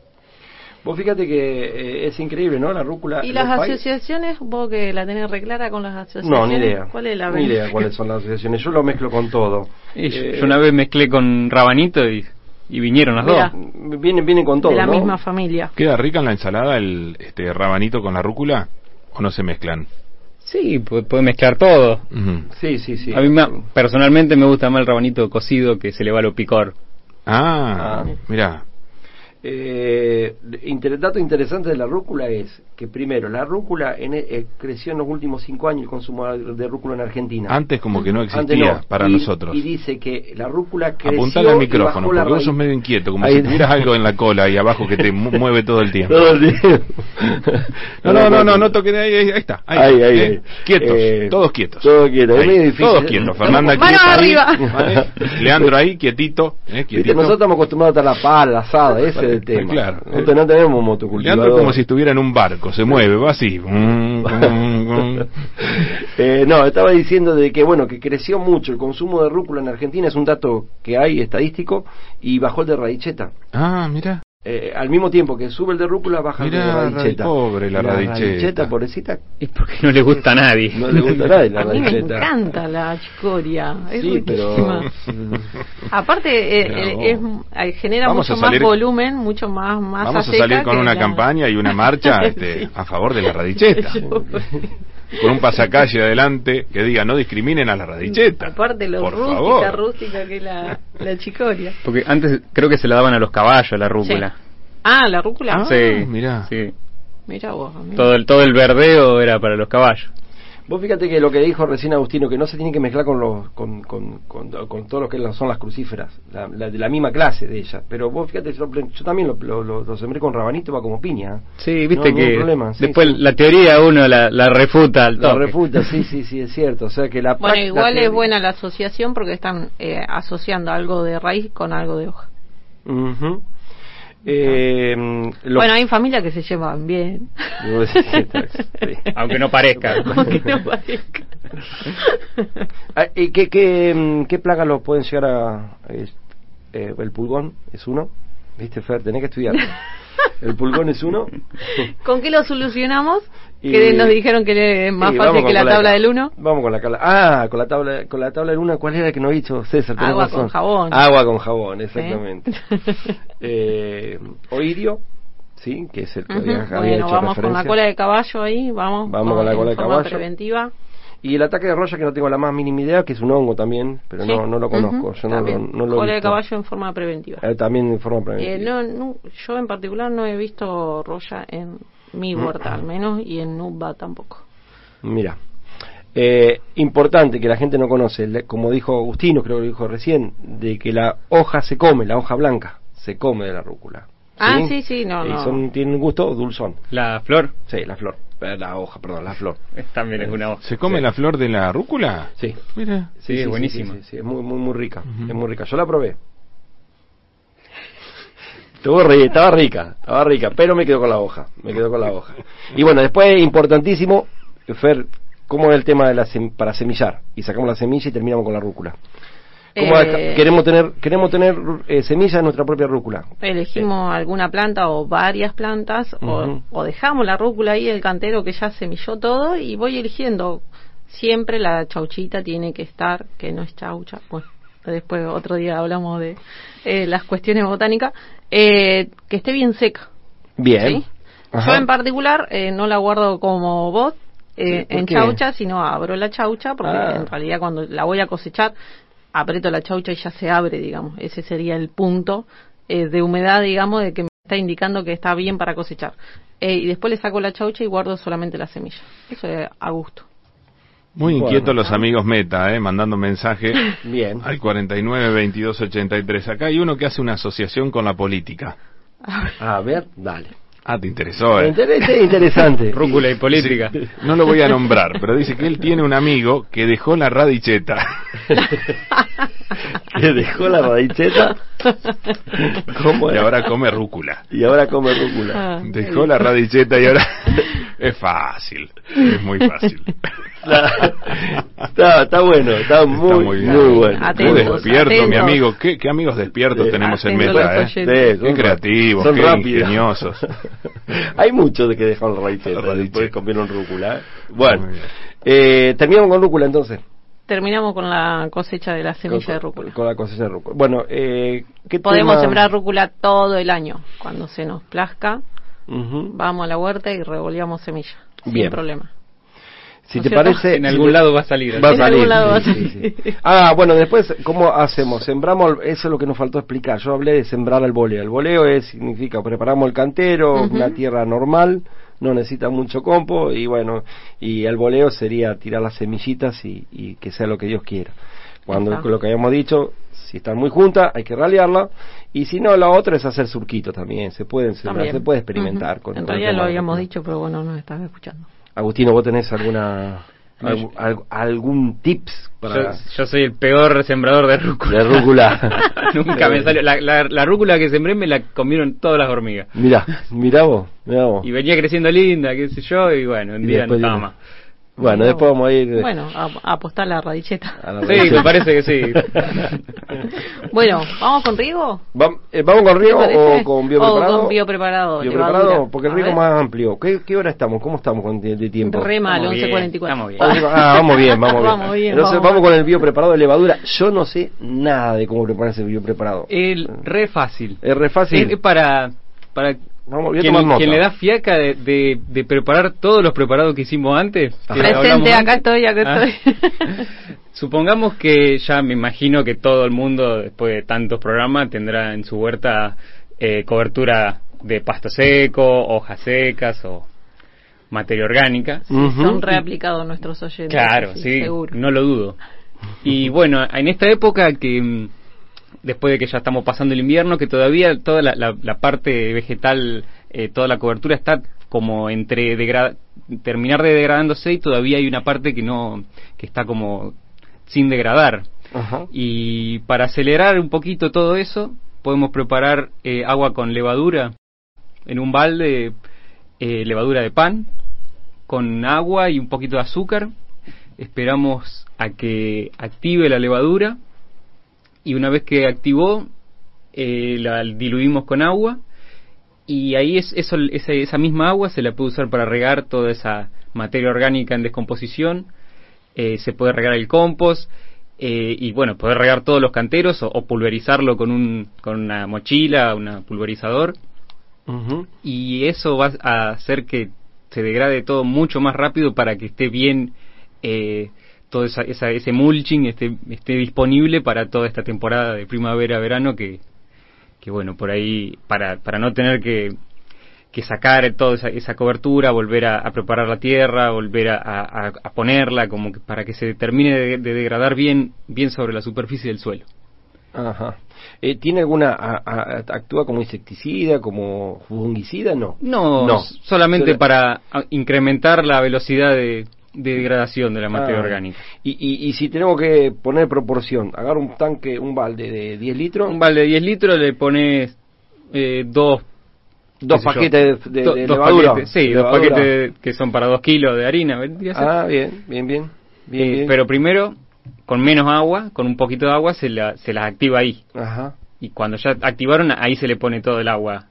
Speaker 3: Vos fíjate que eh, es increíble, ¿no? La rúcula.
Speaker 2: ¿Y
Speaker 3: en
Speaker 2: las
Speaker 3: el país.
Speaker 2: asociaciones? ¿Vos que la tenés reclara con las asociaciones?
Speaker 3: No, ni idea.
Speaker 2: ¿Cuál es la
Speaker 3: Ni idea cuáles son las asociaciones. Yo lo mezclo con todo.
Speaker 5: Y yo,
Speaker 3: Eh,
Speaker 5: yo una vez mezclé con Rabanito y, y vinieron las
Speaker 2: Mirá.
Speaker 5: dos.
Speaker 3: Vienen, vienen con todo,
Speaker 2: de la
Speaker 3: ¿no?
Speaker 2: misma familia.
Speaker 4: ¿Queda rica en la ensalada el este rabanito con la rúcula? ¿O no se mezclan?
Speaker 5: Sí, pu- puede mezclar todo.
Speaker 4: Ujú.
Speaker 3: Sí, sí, sí.
Speaker 5: A mí ma- personalmente me gusta más el Rabanito cocido que se le va lo picor.
Speaker 4: Ah,
Speaker 3: Ah.
Speaker 4: mira.
Speaker 3: Eh, inter- dato interesante de la rúcula es que, primero, la rúcula en, e- eh, creció en los últimos cinco años el consumo de rúcula en Argentina.
Speaker 4: Antes como que no
Speaker 3: Antes
Speaker 4: existía
Speaker 3: no.
Speaker 4: para
Speaker 3: Y-
Speaker 4: nosotros.
Speaker 3: Y dice que la rúcula creció.
Speaker 4: Apuntale al
Speaker 3: y
Speaker 4: micrófono,
Speaker 3: bajó la
Speaker 4: porque vos sos
Speaker 3: raíz.
Speaker 4: medio inquieto, como
Speaker 3: Ahí-
Speaker 4: si tuvieras algo en la cola y abajo que te mu- mueve todo el tiempo.
Speaker 3: Todo el tiempo.
Speaker 4: No, no, no, no, no toquen ahí, ahí, ahí está. Ahí,
Speaker 3: Ahí, ahí,
Speaker 4: eh,
Speaker 3: ahí.
Speaker 4: Quietos,
Speaker 3: Eh,
Speaker 4: todos quietos.
Speaker 3: todo quieto, es
Speaker 4: Ahí,
Speaker 3: medio difícil. ¿eh?
Speaker 4: Todos quietos, Fernanda
Speaker 2: Mano
Speaker 4: quieta ahí,
Speaker 2: arriba.
Speaker 4: ¿vale? Leandro ahí, quietito, eh,
Speaker 3: Viste,
Speaker 4: quietito.
Speaker 3: nosotros estamos acostumbrados a estar la pala, la asada, ese es el tema.
Speaker 4: Claro.
Speaker 3: Nosotros no tenemos motocultivador.
Speaker 4: Leandro como si estuviera en un barco, se mueve, va así. Mm, mm, mm.
Speaker 3: Eh, no, estaba diciendo de que bueno que creció mucho el consumo de rúcula en Argentina es un dato que hay estadístico y bajó el de radicheta.
Speaker 4: Ah, mira.
Speaker 3: Eh, al mismo tiempo que sube el de rúcula baja el de
Speaker 4: Mirá,
Speaker 3: radicheta.
Speaker 4: radi- pobre la radicheta.
Speaker 3: pobrecita,
Speaker 5: Es porque no le gusta a nadie.
Speaker 3: no le gusta nada la
Speaker 2: A mí me
Speaker 3: radicheta.
Speaker 2: encanta la chicoria. Es
Speaker 3: Sí, pero
Speaker 2: riquísima. Aparte, eh,
Speaker 4: Mirá
Speaker 2: eh,
Speaker 4: vos.
Speaker 2: es- eh, genera
Speaker 4: Vamos
Speaker 2: mucho
Speaker 4: a salir-
Speaker 2: más volumen, mucho más masa
Speaker 4: Vamos a
Speaker 2: seca
Speaker 4: salir con
Speaker 2: que
Speaker 4: una
Speaker 2: la-
Speaker 4: campaña y una marcha este,
Speaker 2: Sí.
Speaker 4: a favor de la radicheta. Con un pasacalle adelante que diga no discriminen a la radicheta.
Speaker 2: Aparte, lo
Speaker 4: Por
Speaker 2: rústica,
Speaker 4: favor.
Speaker 2: rústica que es la, la chicoria.
Speaker 5: Porque antes creo que se la daban a los caballos la rúcula.
Speaker 2: Ah, la rúcula.
Speaker 4: Ah,
Speaker 5: sí,
Speaker 4: mirá.
Speaker 5: sí.
Speaker 2: Mira vos. amigo.
Speaker 5: Todo el, todo el verdeo era para los caballos.
Speaker 3: Vos fíjate que lo que dijo recién Agustino, que no se tiene que mezclar con, los, con, con, con, con todo lo que son las crucíferas, la, la- de la misma clase de ellas. Pero vos fíjate, yo, yo también lo, lo, lo- lo sembré con rabanito, va como piña.
Speaker 5: Sí, viste
Speaker 3: No,
Speaker 5: que
Speaker 3: ningún problema, sí,
Speaker 5: después
Speaker 3: sí.
Speaker 5: la teoría uno la, la refuta al
Speaker 3: La
Speaker 5: toque.
Speaker 3: reputa, sí, sí, sí, es cierto. O sea que la
Speaker 2: Bueno,
Speaker 3: prac- la
Speaker 2: igual es
Speaker 3: teoría-
Speaker 2: buena la asociación porque están eh, asociando algo de raíz con algo de hoja.
Speaker 3: Ujú. Eh, mm, lo-
Speaker 2: Ah. Bueno, hay familias que se llevan bien.
Speaker 3: Sí.
Speaker 5: Aunque no parezca.
Speaker 2: Aunque no parezca.
Speaker 3: Ah, ¿y ¿Qué, qué, mm, qué plagas lo pueden llegar a.? es- eh, el pulgón es uno. ¿Viste, Fer? Tenés que estudiar. El pulgón es uno.
Speaker 2: ¿Con qué lo solucionamos?
Speaker 3: Y-
Speaker 2: Que nos dijeron que es Eh, más
Speaker 3: Sí, vamos
Speaker 2: fácil
Speaker 3: con
Speaker 2: que la
Speaker 3: Colaca.
Speaker 2: tabla del 1.
Speaker 3: Vamos con la tabla. Ah, con la tabla, con la tabla del 1, ¿cuál era que no hizo César? tenés
Speaker 2: Agua con
Speaker 3: razón.
Speaker 2: jabón.
Speaker 3: Agua con jabón, exactamente. Eh, oidio, sí, que es el que había, había
Speaker 2: Bueno,
Speaker 3: hecho
Speaker 2: vamos con
Speaker 3: referencia.
Speaker 2: la cola de caballo ahí, vamos.
Speaker 3: Vamos con la cola de
Speaker 2: forma
Speaker 3: caballo.
Speaker 2: preventiva.
Speaker 3: Y el ataque de roya que no tengo la más mínima idea, que es un hongo también, pero
Speaker 2: Sí.
Speaker 3: no, no lo conozco,
Speaker 2: Ujú,
Speaker 3: yo no, lo,
Speaker 2: también.
Speaker 3: no lo he
Speaker 2: Cola de
Speaker 3: visto.
Speaker 2: caballo en forma preventiva.
Speaker 3: Eh, también en forma
Speaker 2: Eh,
Speaker 3: preventiva.
Speaker 2: no, no, yo en particular no he visto roya en mi
Speaker 3: Mm.
Speaker 2: huerta, al menos, y en Nuba tampoco.
Speaker 3: Mira. Eh, importante que la gente no conoce, le- como dijo Agustino, creo que lo dijo recién, de que la hoja se come, la hoja blanca, se come de la rúcula.
Speaker 2: Ah, sí, sí, no,
Speaker 3: Y
Speaker 2: no.
Speaker 3: son- tienen un gusto dulzón.
Speaker 5: La flor
Speaker 3: Sí, la flor. Eh, La hoja, perdón, la flor.
Speaker 5: es también es una hoja.
Speaker 4: ¿Se come la flor de la rúcula?
Speaker 3: Sí.
Speaker 4: Mira.
Speaker 5: Sí, es buenísima.
Speaker 3: Sí, sí, sí, es muy, muy, muy rica.
Speaker 4: Ujú.
Speaker 3: Es muy rica. Yo la probé. Estuvo ri- estaba rica, estaba rica, pero me quedo con la hoja, me quedo con la hoja. Y bueno, después importantísimo, Fer, ¿cómo es el tema de la sem- para semillar? Y sacamos la semilla y terminamos con la rúcula. ¿Cómo
Speaker 2: Eh,
Speaker 3: deja- queremos tener queremos tener eh, semillas en nuestra propia rúcula?
Speaker 2: Elegimos alguna planta o varias plantas
Speaker 3: Eh. Ujú.
Speaker 2: o, o dejamos la rúcula ahí, el cantero que ya semilló todo y voy eligiendo. Siempre la chauchita tiene que estar, que no es chaucha. Bueno, después otro día hablamos de eh, las cuestiones botánicas. eh, que esté bien seca.
Speaker 3: Bien.
Speaker 2: ¿sí? Yo
Speaker 3: Ajá.
Speaker 2: en particular eh, no la guardo como vos eh,
Speaker 3: Sí, ¿por
Speaker 2: en
Speaker 3: qué?
Speaker 2: chaucha, sino abro la chaucha porque
Speaker 3: Ah.
Speaker 2: en realidad cuando la voy a cosechar aprieto la chaucha y ya se abre, digamos. Ese sería el punto eh, de humedad, digamos, de que está indicando que está bien para cosechar. Eh, y después le saco la chaucha y guardo solamente la semilla. Eso es a gusto.
Speaker 4: Muy
Speaker 3: Bueno.
Speaker 4: inquietos los amigos Meta, eh, mandando mensaje
Speaker 3: Bien.
Speaker 4: al 49 22 83. Acá hay uno que hace una asociación con la política.
Speaker 3: A ver, dale.
Speaker 4: Ah, te interesó,
Speaker 3: Me
Speaker 4: eh.
Speaker 3: interesa, es interesante.
Speaker 5: Rúcula y política.
Speaker 4: Sí, no lo voy a nombrar, pero dice que él tiene un amigo que dejó la radicheta.
Speaker 3: Le dejó la radicheta. ¿Cómo
Speaker 4: Y
Speaker 3: era?
Speaker 4: ahora come rúcula.
Speaker 3: Y ahora come rúcula.
Speaker 2: Ah.
Speaker 4: Dejó la radicheta y ahora es fácil, es muy fácil.
Speaker 3: Está, está bueno, está muy, muy,
Speaker 4: bien.
Speaker 3: bueno.
Speaker 4: Muy
Speaker 2: Atentos,
Speaker 4: despierto, mi
Speaker 2: atentos.
Speaker 4: amigo. ¿Qué, qué amigos despiertos
Speaker 3: Sí.
Speaker 4: tenemos en
Speaker 2: Atentos
Speaker 4: meta,
Speaker 2: los
Speaker 4: eh?
Speaker 2: oyentes.
Speaker 3: Sí,
Speaker 4: Qué
Speaker 3: son
Speaker 4: creativos,
Speaker 3: son
Speaker 4: qué
Speaker 3: rápidos.
Speaker 4: ingeniosos.
Speaker 3: Hay muchos de que dejaron radicheta,
Speaker 4: Radicheta.
Speaker 3: después comieron rúcula. Bueno,
Speaker 4: Muy bien.
Speaker 3: eh, terminamos con rúcula entonces.
Speaker 2: Terminamos con la cosecha de la semilla
Speaker 3: con,
Speaker 2: de rúcula.
Speaker 3: Con la cosecha de rúcula. Bueno, eh, ¿qué
Speaker 2: Podemos
Speaker 3: tema?
Speaker 2: sembrar rúcula todo el año. Cuando se nos plazca,
Speaker 3: Ujú.
Speaker 2: vamos a la huerta y revoleamos semilla.
Speaker 3: Bien.
Speaker 2: Sin problema.
Speaker 3: Si
Speaker 2: ¿No
Speaker 3: te
Speaker 2: es cierto?
Speaker 3: parece...
Speaker 5: En algún lado va a salir.
Speaker 3: Va a
Speaker 2: En algún
Speaker 3: salir,
Speaker 2: lado va a
Speaker 3: sí, sí,
Speaker 2: salir.
Speaker 3: sí. Ah, bueno, después, ¿cómo hacemos? Sembramos, eso es lo que nos faltó explicar. Yo hablé de sembrar al voleo. El voleo es, significa, preparamos el cantero,
Speaker 2: Ujú.
Speaker 3: una tierra normal, no necesita mucho compo, y bueno, y el voleo sería tirar las semillitas y, y que sea lo que Dios quiera. Cuando
Speaker 2: Ajá.
Speaker 3: lo que habíamos dicho, si están muy juntas, hay que ralearla, y si no, la otra es hacer surquitos también, se pueden sembrar,
Speaker 2: También.
Speaker 3: se puede experimentar.
Speaker 2: Ujú.
Speaker 3: con,
Speaker 2: En
Speaker 3: con el
Speaker 2: realidad
Speaker 3: tema
Speaker 2: lo
Speaker 3: de-
Speaker 2: habíamos dicho, pero bueno, no estás escuchando.
Speaker 3: Agustino, ¿vos tenés alguna...
Speaker 5: No,
Speaker 3: algu- alg- algún tips para
Speaker 5: Yo, yo soy el peor sembrador de
Speaker 3: De
Speaker 5: rúcula.
Speaker 3: rúcula. Eh.
Speaker 5: Nunca me salió. La, la- la rúcula que sembré me la comieron todas las hormigas.
Speaker 3: Mirá, mirá vos, mirá vos.
Speaker 5: Y venía creciendo linda, qué sé yo, y bueno, un
Speaker 3: Oh. Y
Speaker 5: día no
Speaker 3: después
Speaker 5: estaba
Speaker 3: digo,
Speaker 5: más.
Speaker 3: Bueno, después vamos a ir. eh, Ah.
Speaker 2: Bueno, a, a apostar la radicheta.
Speaker 3: a la
Speaker 5: Sí,
Speaker 3: receta.
Speaker 5: me parece que sí.
Speaker 2: Bueno, ¿vamos con Rigo?
Speaker 3: Vam- eh, ¿Vamos con
Speaker 2: ¿Te
Speaker 3: Riego
Speaker 2: parece?
Speaker 3: o con biopreparado?
Speaker 2: O con biopreparado,
Speaker 3: Biopreparado,
Speaker 2: levadura.
Speaker 3: porque el
Speaker 2: A
Speaker 3: Riego
Speaker 2: ver.
Speaker 3: más amplio. ¿Qué, ¿Qué hora estamos? ¿Cómo estamos con de, de tiempo?
Speaker 2: Re mal,
Speaker 5: Estamos bien,
Speaker 2: 11.44.
Speaker 5: estamos bien.
Speaker 3: Ah, vamos bien, vamos bien.
Speaker 2: Vamos bien,
Speaker 3: Entonces
Speaker 2: vamos
Speaker 3: vamos con el biopreparado de levadura. Yo no sé nada de cómo prepararse el biopreparado.
Speaker 5: El re fácil.
Speaker 3: Es re fácil.
Speaker 5: Es, es para, para
Speaker 3: Vamos, voy a tomar
Speaker 5: quien,
Speaker 3: nota.
Speaker 5: quien le da fiaca de, de- de preparar todos los preparados que hicimos antes. que
Speaker 3: Ajá.
Speaker 5: hablamos
Speaker 2: Presente, acá
Speaker 5: antes.
Speaker 2: estoy, acá
Speaker 5: Ah.
Speaker 2: estoy.
Speaker 5: Supongamos que ya me imagino que todo el mundo, después de tantos programas, tendrá en su huerta eh, cobertura de pasto seco, hojas secas o materia orgánica.
Speaker 3: Ujú.
Speaker 2: Son reaplicados nuestros oyentes.
Speaker 5: Claro, sí,
Speaker 2: Seguro.
Speaker 5: no lo dudo. Y bueno, en esta época que mm, después de que ya estamos pasando el invierno, que todavía toda la, la- la parte vegetal, eh, toda la cobertura está como entre degra- terminar de degradándose y todavía hay una parte que no que está como sin degradar.
Speaker 3: Ajá.
Speaker 5: Y para acelerar un poquito todo eso, podemos preparar eh, agua con levadura en un balde, eh, levadura de pan, con agua y un poquito de azúcar. Esperamos a que active la levadura y una vez que activó, eh, la diluimos con agua y ahí es, eso, esa, esa misma agua se la puede usar para regar toda esa materia orgánica en descomposición, eh, se puede regar el compost eh, y bueno, poder regar todos los canteros o, o pulverizarlo con, un, con una mochila, un pulverizador
Speaker 3: Ujú.
Speaker 5: y eso va a hacer que se degrade todo mucho más rápido para que esté bien eh, todo esa, esa- ese mulching esté, esté disponible para toda esta temporada de primavera-verano que, que bueno, por ahí para, para no tener que, que sacar toda esa, esa cobertura, volver a, a preparar la tierra, volver a, a- a ponerla como que para que se termine de, de degradar bien, bien sobre la superficie del suelo.
Speaker 3: Ajá. Eh, ¿Tiene alguna. a- a- actúa como insecticida, como fungicida? No.
Speaker 5: No,
Speaker 3: No.
Speaker 5: solamente
Speaker 3: Sola-
Speaker 5: para ah, incrementar la velocidad de, de degradación de la materia
Speaker 3: Ah.
Speaker 5: orgánica.
Speaker 3: Y, y, y si tenemos que poner proporción, agarro un tanque, un balde de 10 litros,
Speaker 5: Un balde de 10 litros le pones eh, dos,
Speaker 3: dos
Speaker 5: qué sé yo,
Speaker 3: paquetes de, de,
Speaker 5: do-
Speaker 3: de
Speaker 5: dos
Speaker 3: levadura.
Speaker 5: paquetes, sí,
Speaker 3: de
Speaker 5: dos
Speaker 3: levadura.
Speaker 5: paquetes que son para dos kilos de harina. vendría a ser.
Speaker 3: Ah, bien, bien, bien. bien,
Speaker 5: Eh,
Speaker 3: bien.
Speaker 5: Pero primero, con menos agua, con un poquito de agua, se, la- se las activa ahí.
Speaker 3: Ajá.
Speaker 5: Y cuando ya activaron, ahí se le pone todo el agua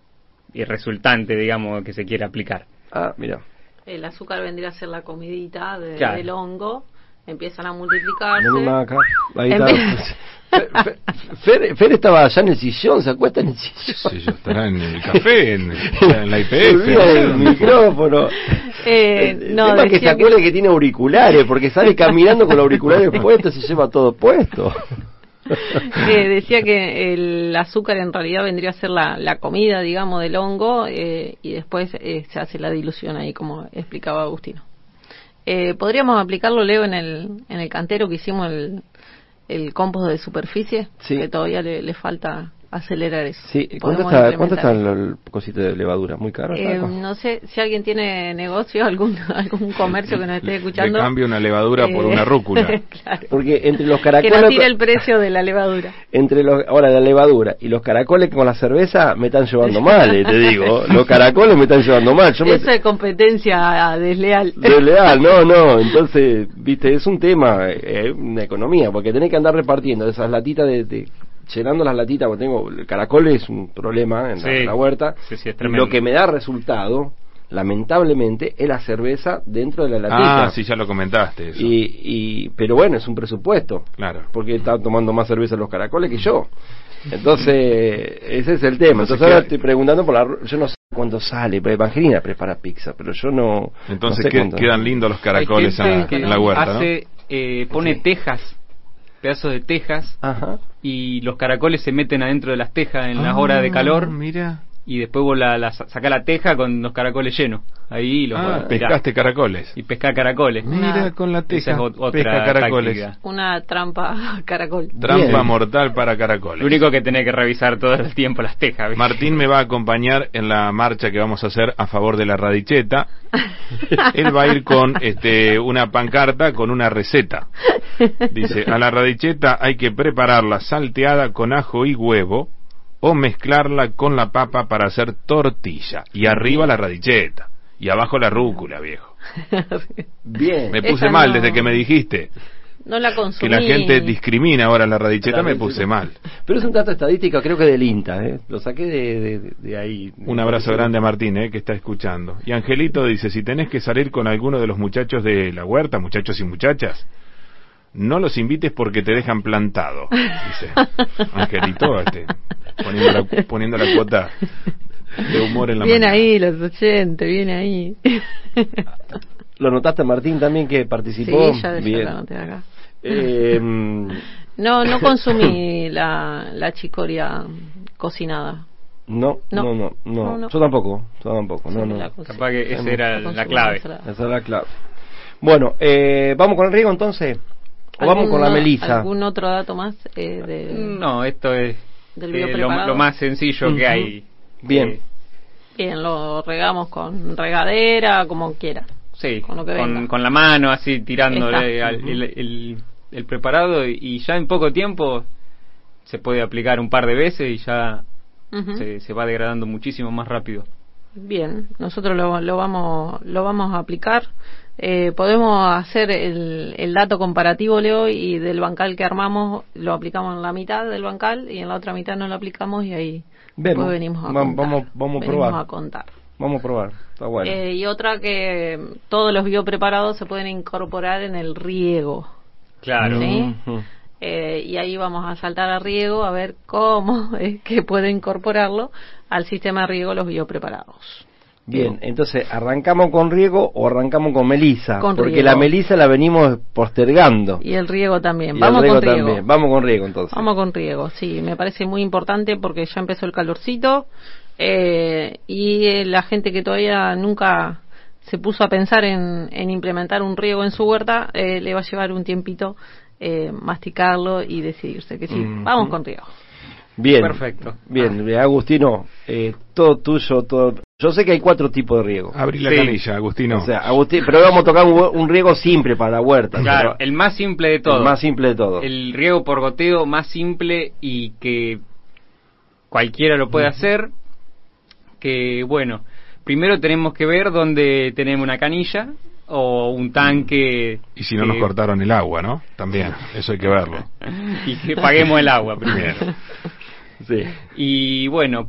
Speaker 5: y resultante, digamos, que se quiera aplicar.
Speaker 3: Ah, mira.
Speaker 2: El azúcar vendría a ser la comidita de-
Speaker 5: Claro.
Speaker 2: del hongo. Empiezan a multiplicarse.
Speaker 3: Vení más acá. Ahí
Speaker 2: En
Speaker 3: está.
Speaker 2: vez-
Speaker 3: Fer, Fer- Fer estaba allá en el sillón, se acuesta en el sillón.
Speaker 4: Sí, yo estará en el café, en, en la
Speaker 3: Se
Speaker 4: IPF.
Speaker 3: olvida del micrófono.
Speaker 2: Eh,
Speaker 3: El- el
Speaker 2: no,
Speaker 3: tema es que se
Speaker 2: decía que-
Speaker 3: acuerde que... tiene auriculares, porque sale caminando con los auriculares puestos y se lleva todo puesto.
Speaker 2: Eh, decía que el azúcar en realidad vendría a ser la, la comida, digamos, del hongo eh, y después eh, se hace la dilución ahí, como explicaba Agustino. Eh, Podríamos aplicarlo, Leo, en el, en el cantero que hicimos el, el compost de superficie,
Speaker 3: Sí.
Speaker 2: que todavía le, le falta acelerar eso.
Speaker 3: Sí, ¿cuánto
Speaker 2: Podemos
Speaker 3: está, cuánto está
Speaker 2: implementar.
Speaker 3: el, el cosito de levadura? ¿Muy caro? está?
Speaker 2: Eh, no sé si alguien tiene negocio, algún, algún comercio que nos esté
Speaker 4: Le-
Speaker 2: escuchando. Eh,
Speaker 4: le cambio una levadura por una rúcula.
Speaker 2: claro.
Speaker 3: Porque entre los
Speaker 2: Que nos
Speaker 3: caracoles...
Speaker 2: tire el precio de la levadura.
Speaker 3: Entre los, ahora la levadura y los caracoles con la cerveza me están llevando mal, eh, te digo. Los caracoles me están llevando mal. Yo me,
Speaker 2: Eso es competencia desleal.
Speaker 3: Desleal, no, no. Entonces, viste, es un tema, eh, una economía, porque tenés que andar repartiendo esas latitas de. de- llenando las latitas, porque tengo. El caracol es un problema en la-
Speaker 5: Sí.
Speaker 3: la, huerta.
Speaker 5: Sí, sí, es
Speaker 3: Y
Speaker 5: tremendo.
Speaker 3: Lo que me da resultado, lamentablemente, es la cerveza dentro de la latita.
Speaker 4: Ah, sí, ya lo comentaste. Eso.
Speaker 3: y, y, pero bueno, es un presupuesto.
Speaker 4: Claro.
Speaker 3: Porque están tomando más cerveza los caracoles que yo. Entonces, ese es el tema.
Speaker 4: Entonces,
Speaker 3: Entonces, ahora
Speaker 4: ¿qué-
Speaker 3: estoy preguntando por la. ru- Yo no sé cuándo sale. pero Evangelina prepara pizza, pero yo no.
Speaker 4: Entonces
Speaker 3: no sé
Speaker 4: que-
Speaker 3: cuándo.
Speaker 4: quedan lindos los caracoles
Speaker 5: Hay
Speaker 4: en la,
Speaker 5: gente que
Speaker 4: en la huerta,
Speaker 5: hace, eh, pone
Speaker 3: Sí.
Speaker 5: tejas, pedazos de tejas,
Speaker 3: Ajá.
Speaker 5: y los caracoles se meten adentro de las tejas en
Speaker 4: ¿no?
Speaker 5: las horas de calor,
Speaker 4: Mira.
Speaker 5: y después vos la, la sa- sacás la teja con los caracoles llenos. Ahí los
Speaker 4: Ah,
Speaker 5: tirás.
Speaker 4: pescaste caracoles.
Speaker 5: Y pescar caracoles.
Speaker 4: Mira
Speaker 2: Una-
Speaker 4: con la
Speaker 5: Esa
Speaker 4: teja.
Speaker 5: es ot- otra
Speaker 4: pesca caracoles.
Speaker 5: táctica.
Speaker 2: Una trampa caracol.
Speaker 4: Trampa
Speaker 3: Bien.
Speaker 4: mortal para caracoles.
Speaker 5: Lo único que tenés que revisar todo el tiempo las tejas. ¿viste?
Speaker 4: Martín me va a acompañar en la marcha que vamos a hacer a favor de la radicheta. Él va a ir con este, una pancarta con una receta. Dice, a la radicheta hay que prepararla salteada con ajo y huevo o mezclarla con la papa para hacer tortilla. Y arriba la radicheta. Y abajo la rúcula, viejo.
Speaker 3: Bien.
Speaker 4: Me puse
Speaker 2: Esa
Speaker 4: mal
Speaker 2: no.
Speaker 4: desde que me dijiste
Speaker 2: No la
Speaker 4: que
Speaker 2: consumí.
Speaker 4: la gente discrimina ahora la radicheta.
Speaker 3: La
Speaker 4: Me
Speaker 3: radicheta.
Speaker 4: puse mal.
Speaker 3: Pero es un dato estadístico, creo que del INTA, ¿eh? Lo saqué de, de- de ahí.
Speaker 4: Un abrazo grande a Martín, eh, que está escuchando. Y Angelito dice, si tenés que salir con alguno de los muchachos de la huerta, muchachos y muchachas, no los invites porque te dejan plantado. Dice Angelito, este, poniendo, la, poniendo la cuota de humor en la
Speaker 2: Bien
Speaker 4: mañana.
Speaker 2: ahí, los oyentes, bien ahí.
Speaker 3: ¿Lo notaste, Martín, también que
Speaker 2: Sí,
Speaker 3: participó?
Speaker 2: ya, ya
Speaker 3: Bien.
Speaker 2: la noté acá.
Speaker 3: Eh, mm,
Speaker 2: No, no consumí la, la chicoria cocinada.
Speaker 3: no,
Speaker 2: No.
Speaker 3: no, no, no,
Speaker 2: No, no.
Speaker 3: Yo tampoco, yo tampoco.
Speaker 2: Sí,
Speaker 3: No, no.
Speaker 2: la consumí.
Speaker 5: Capaz que esa era
Speaker 2: La
Speaker 5: la
Speaker 2: consumí
Speaker 5: clave.
Speaker 2: ensalada.
Speaker 3: Esa es la clave. Bueno, eh, ¿vamos con el riego entonces? ¿O vamos con la
Speaker 2: ¿Alguno-
Speaker 3: melisa?
Speaker 2: ¿Algún otro dato más? eh, de-
Speaker 5: No, esto es
Speaker 2: Del
Speaker 5: eh,
Speaker 2: video
Speaker 5: lo,
Speaker 2: preparado.
Speaker 5: lo más sencillo que hay.
Speaker 3: Bien.
Speaker 5: Eh,
Speaker 2: Bien, lo regamos con regadera, como quiera.
Speaker 5: sí,
Speaker 2: Con
Speaker 5: con,
Speaker 2: lo que venga.
Speaker 5: con la mano así tirándole
Speaker 2: Está.
Speaker 5: al- el, el- el preparado y ya en poco tiempo se puede aplicar un par de veces y ya
Speaker 2: Ujú.
Speaker 5: se, se va degradando muchísimo más rápido.
Speaker 2: Bien, nosotros lo, lo vamos lo vamos a aplicar. Eh, podemos hacer el, el dato comparativo, Leo, y del bancal que armamos lo aplicamos en la mitad del bancal y en la otra mitad no lo aplicamos y ahí
Speaker 3: Vemos.
Speaker 2: después venimos a contar.
Speaker 3: Vam- vamos- vamos a
Speaker 2: Venimos
Speaker 3: probar.
Speaker 2: a contar.
Speaker 3: Vamos a probar, está bueno.
Speaker 2: Eh, y otra que mm, todos los biopreparados se pueden incorporar en el riego.
Speaker 5: Claro.
Speaker 2: ¿sí?
Speaker 3: Ujú.
Speaker 2: Eh, y ahí vamos a saltar a riego a ver cómo es que puede incorporarlo al sistema de riego los biopreparados.
Speaker 3: Bien, entonces, ¿arrancamos con riego o arrancamos con melisa?
Speaker 2: Con
Speaker 3: Porque
Speaker 2: riego.
Speaker 3: la melisa la venimos postergando.
Speaker 2: Y el riego también.
Speaker 3: Y
Speaker 2: Vamos
Speaker 3: el riego
Speaker 2: con riego.
Speaker 3: también. Vamos con riego entonces.
Speaker 2: Vamos con riego, sí. Me parece muy importante porque ya empezó el calorcito eh, y eh, la gente que todavía nunca se puso a pensar en, en implementar un riego en su huerta eh, le va a llevar un tiempito eh, masticarlo y decidirse que sí. Vamos con Ah. riego.
Speaker 3: Bien.
Speaker 5: Perfecto.
Speaker 3: Bien, eh, Agustino, eh, todo tuyo, todo. Yo sé que hay cuatro tipos de riego.
Speaker 4: Abrí la
Speaker 5: Sí.
Speaker 4: canilla, Agustino.
Speaker 3: O sea, Agustín, pero hoy vamos a tocar un, un riego simple para la huerta.
Speaker 5: Claro,
Speaker 3: pero
Speaker 5: el más simple de todo.
Speaker 3: el más simple de todo.
Speaker 5: el riego por goteo más simple y que cualquiera lo puede hacer. Que bueno, primero tenemos que ver dónde tenemos una canilla o un tanque.
Speaker 4: y si no
Speaker 5: que-
Speaker 4: nos cortaron el agua, ¿no? También, eso hay que verlo.
Speaker 5: Y que paguemos el agua primero.
Speaker 3: Sí.
Speaker 5: Y bueno,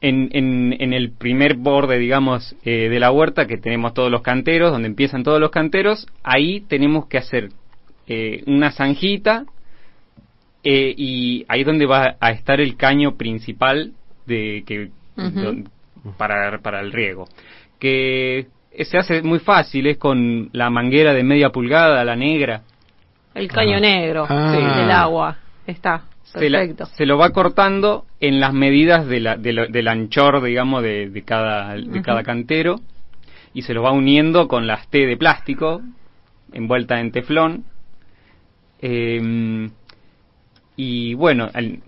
Speaker 5: en, en, en el primer borde, digamos, eh, de la huerta, que tenemos todos los canteros, donde empiezan todos los canteros, ahí tenemos que hacer eh, una zanjita eh, y ahí es donde va a estar el caño principal de que
Speaker 2: Ujú.
Speaker 5: don- para, para el riego. Que se hace muy fácil, es con la manguera de media pulgada, la negra.
Speaker 2: El caño negro
Speaker 4: Ah.
Speaker 2: sí, del agua. Está,
Speaker 5: Se, la-
Speaker 2: perfecto.
Speaker 5: se lo va cortando en las medidas de la- de lo- del anchor, digamos, de, de cada, de
Speaker 2: Ujú.
Speaker 5: cada cantero y se los va uniendo con las T de plástico envuelta en teflón. Eh, y bueno, al-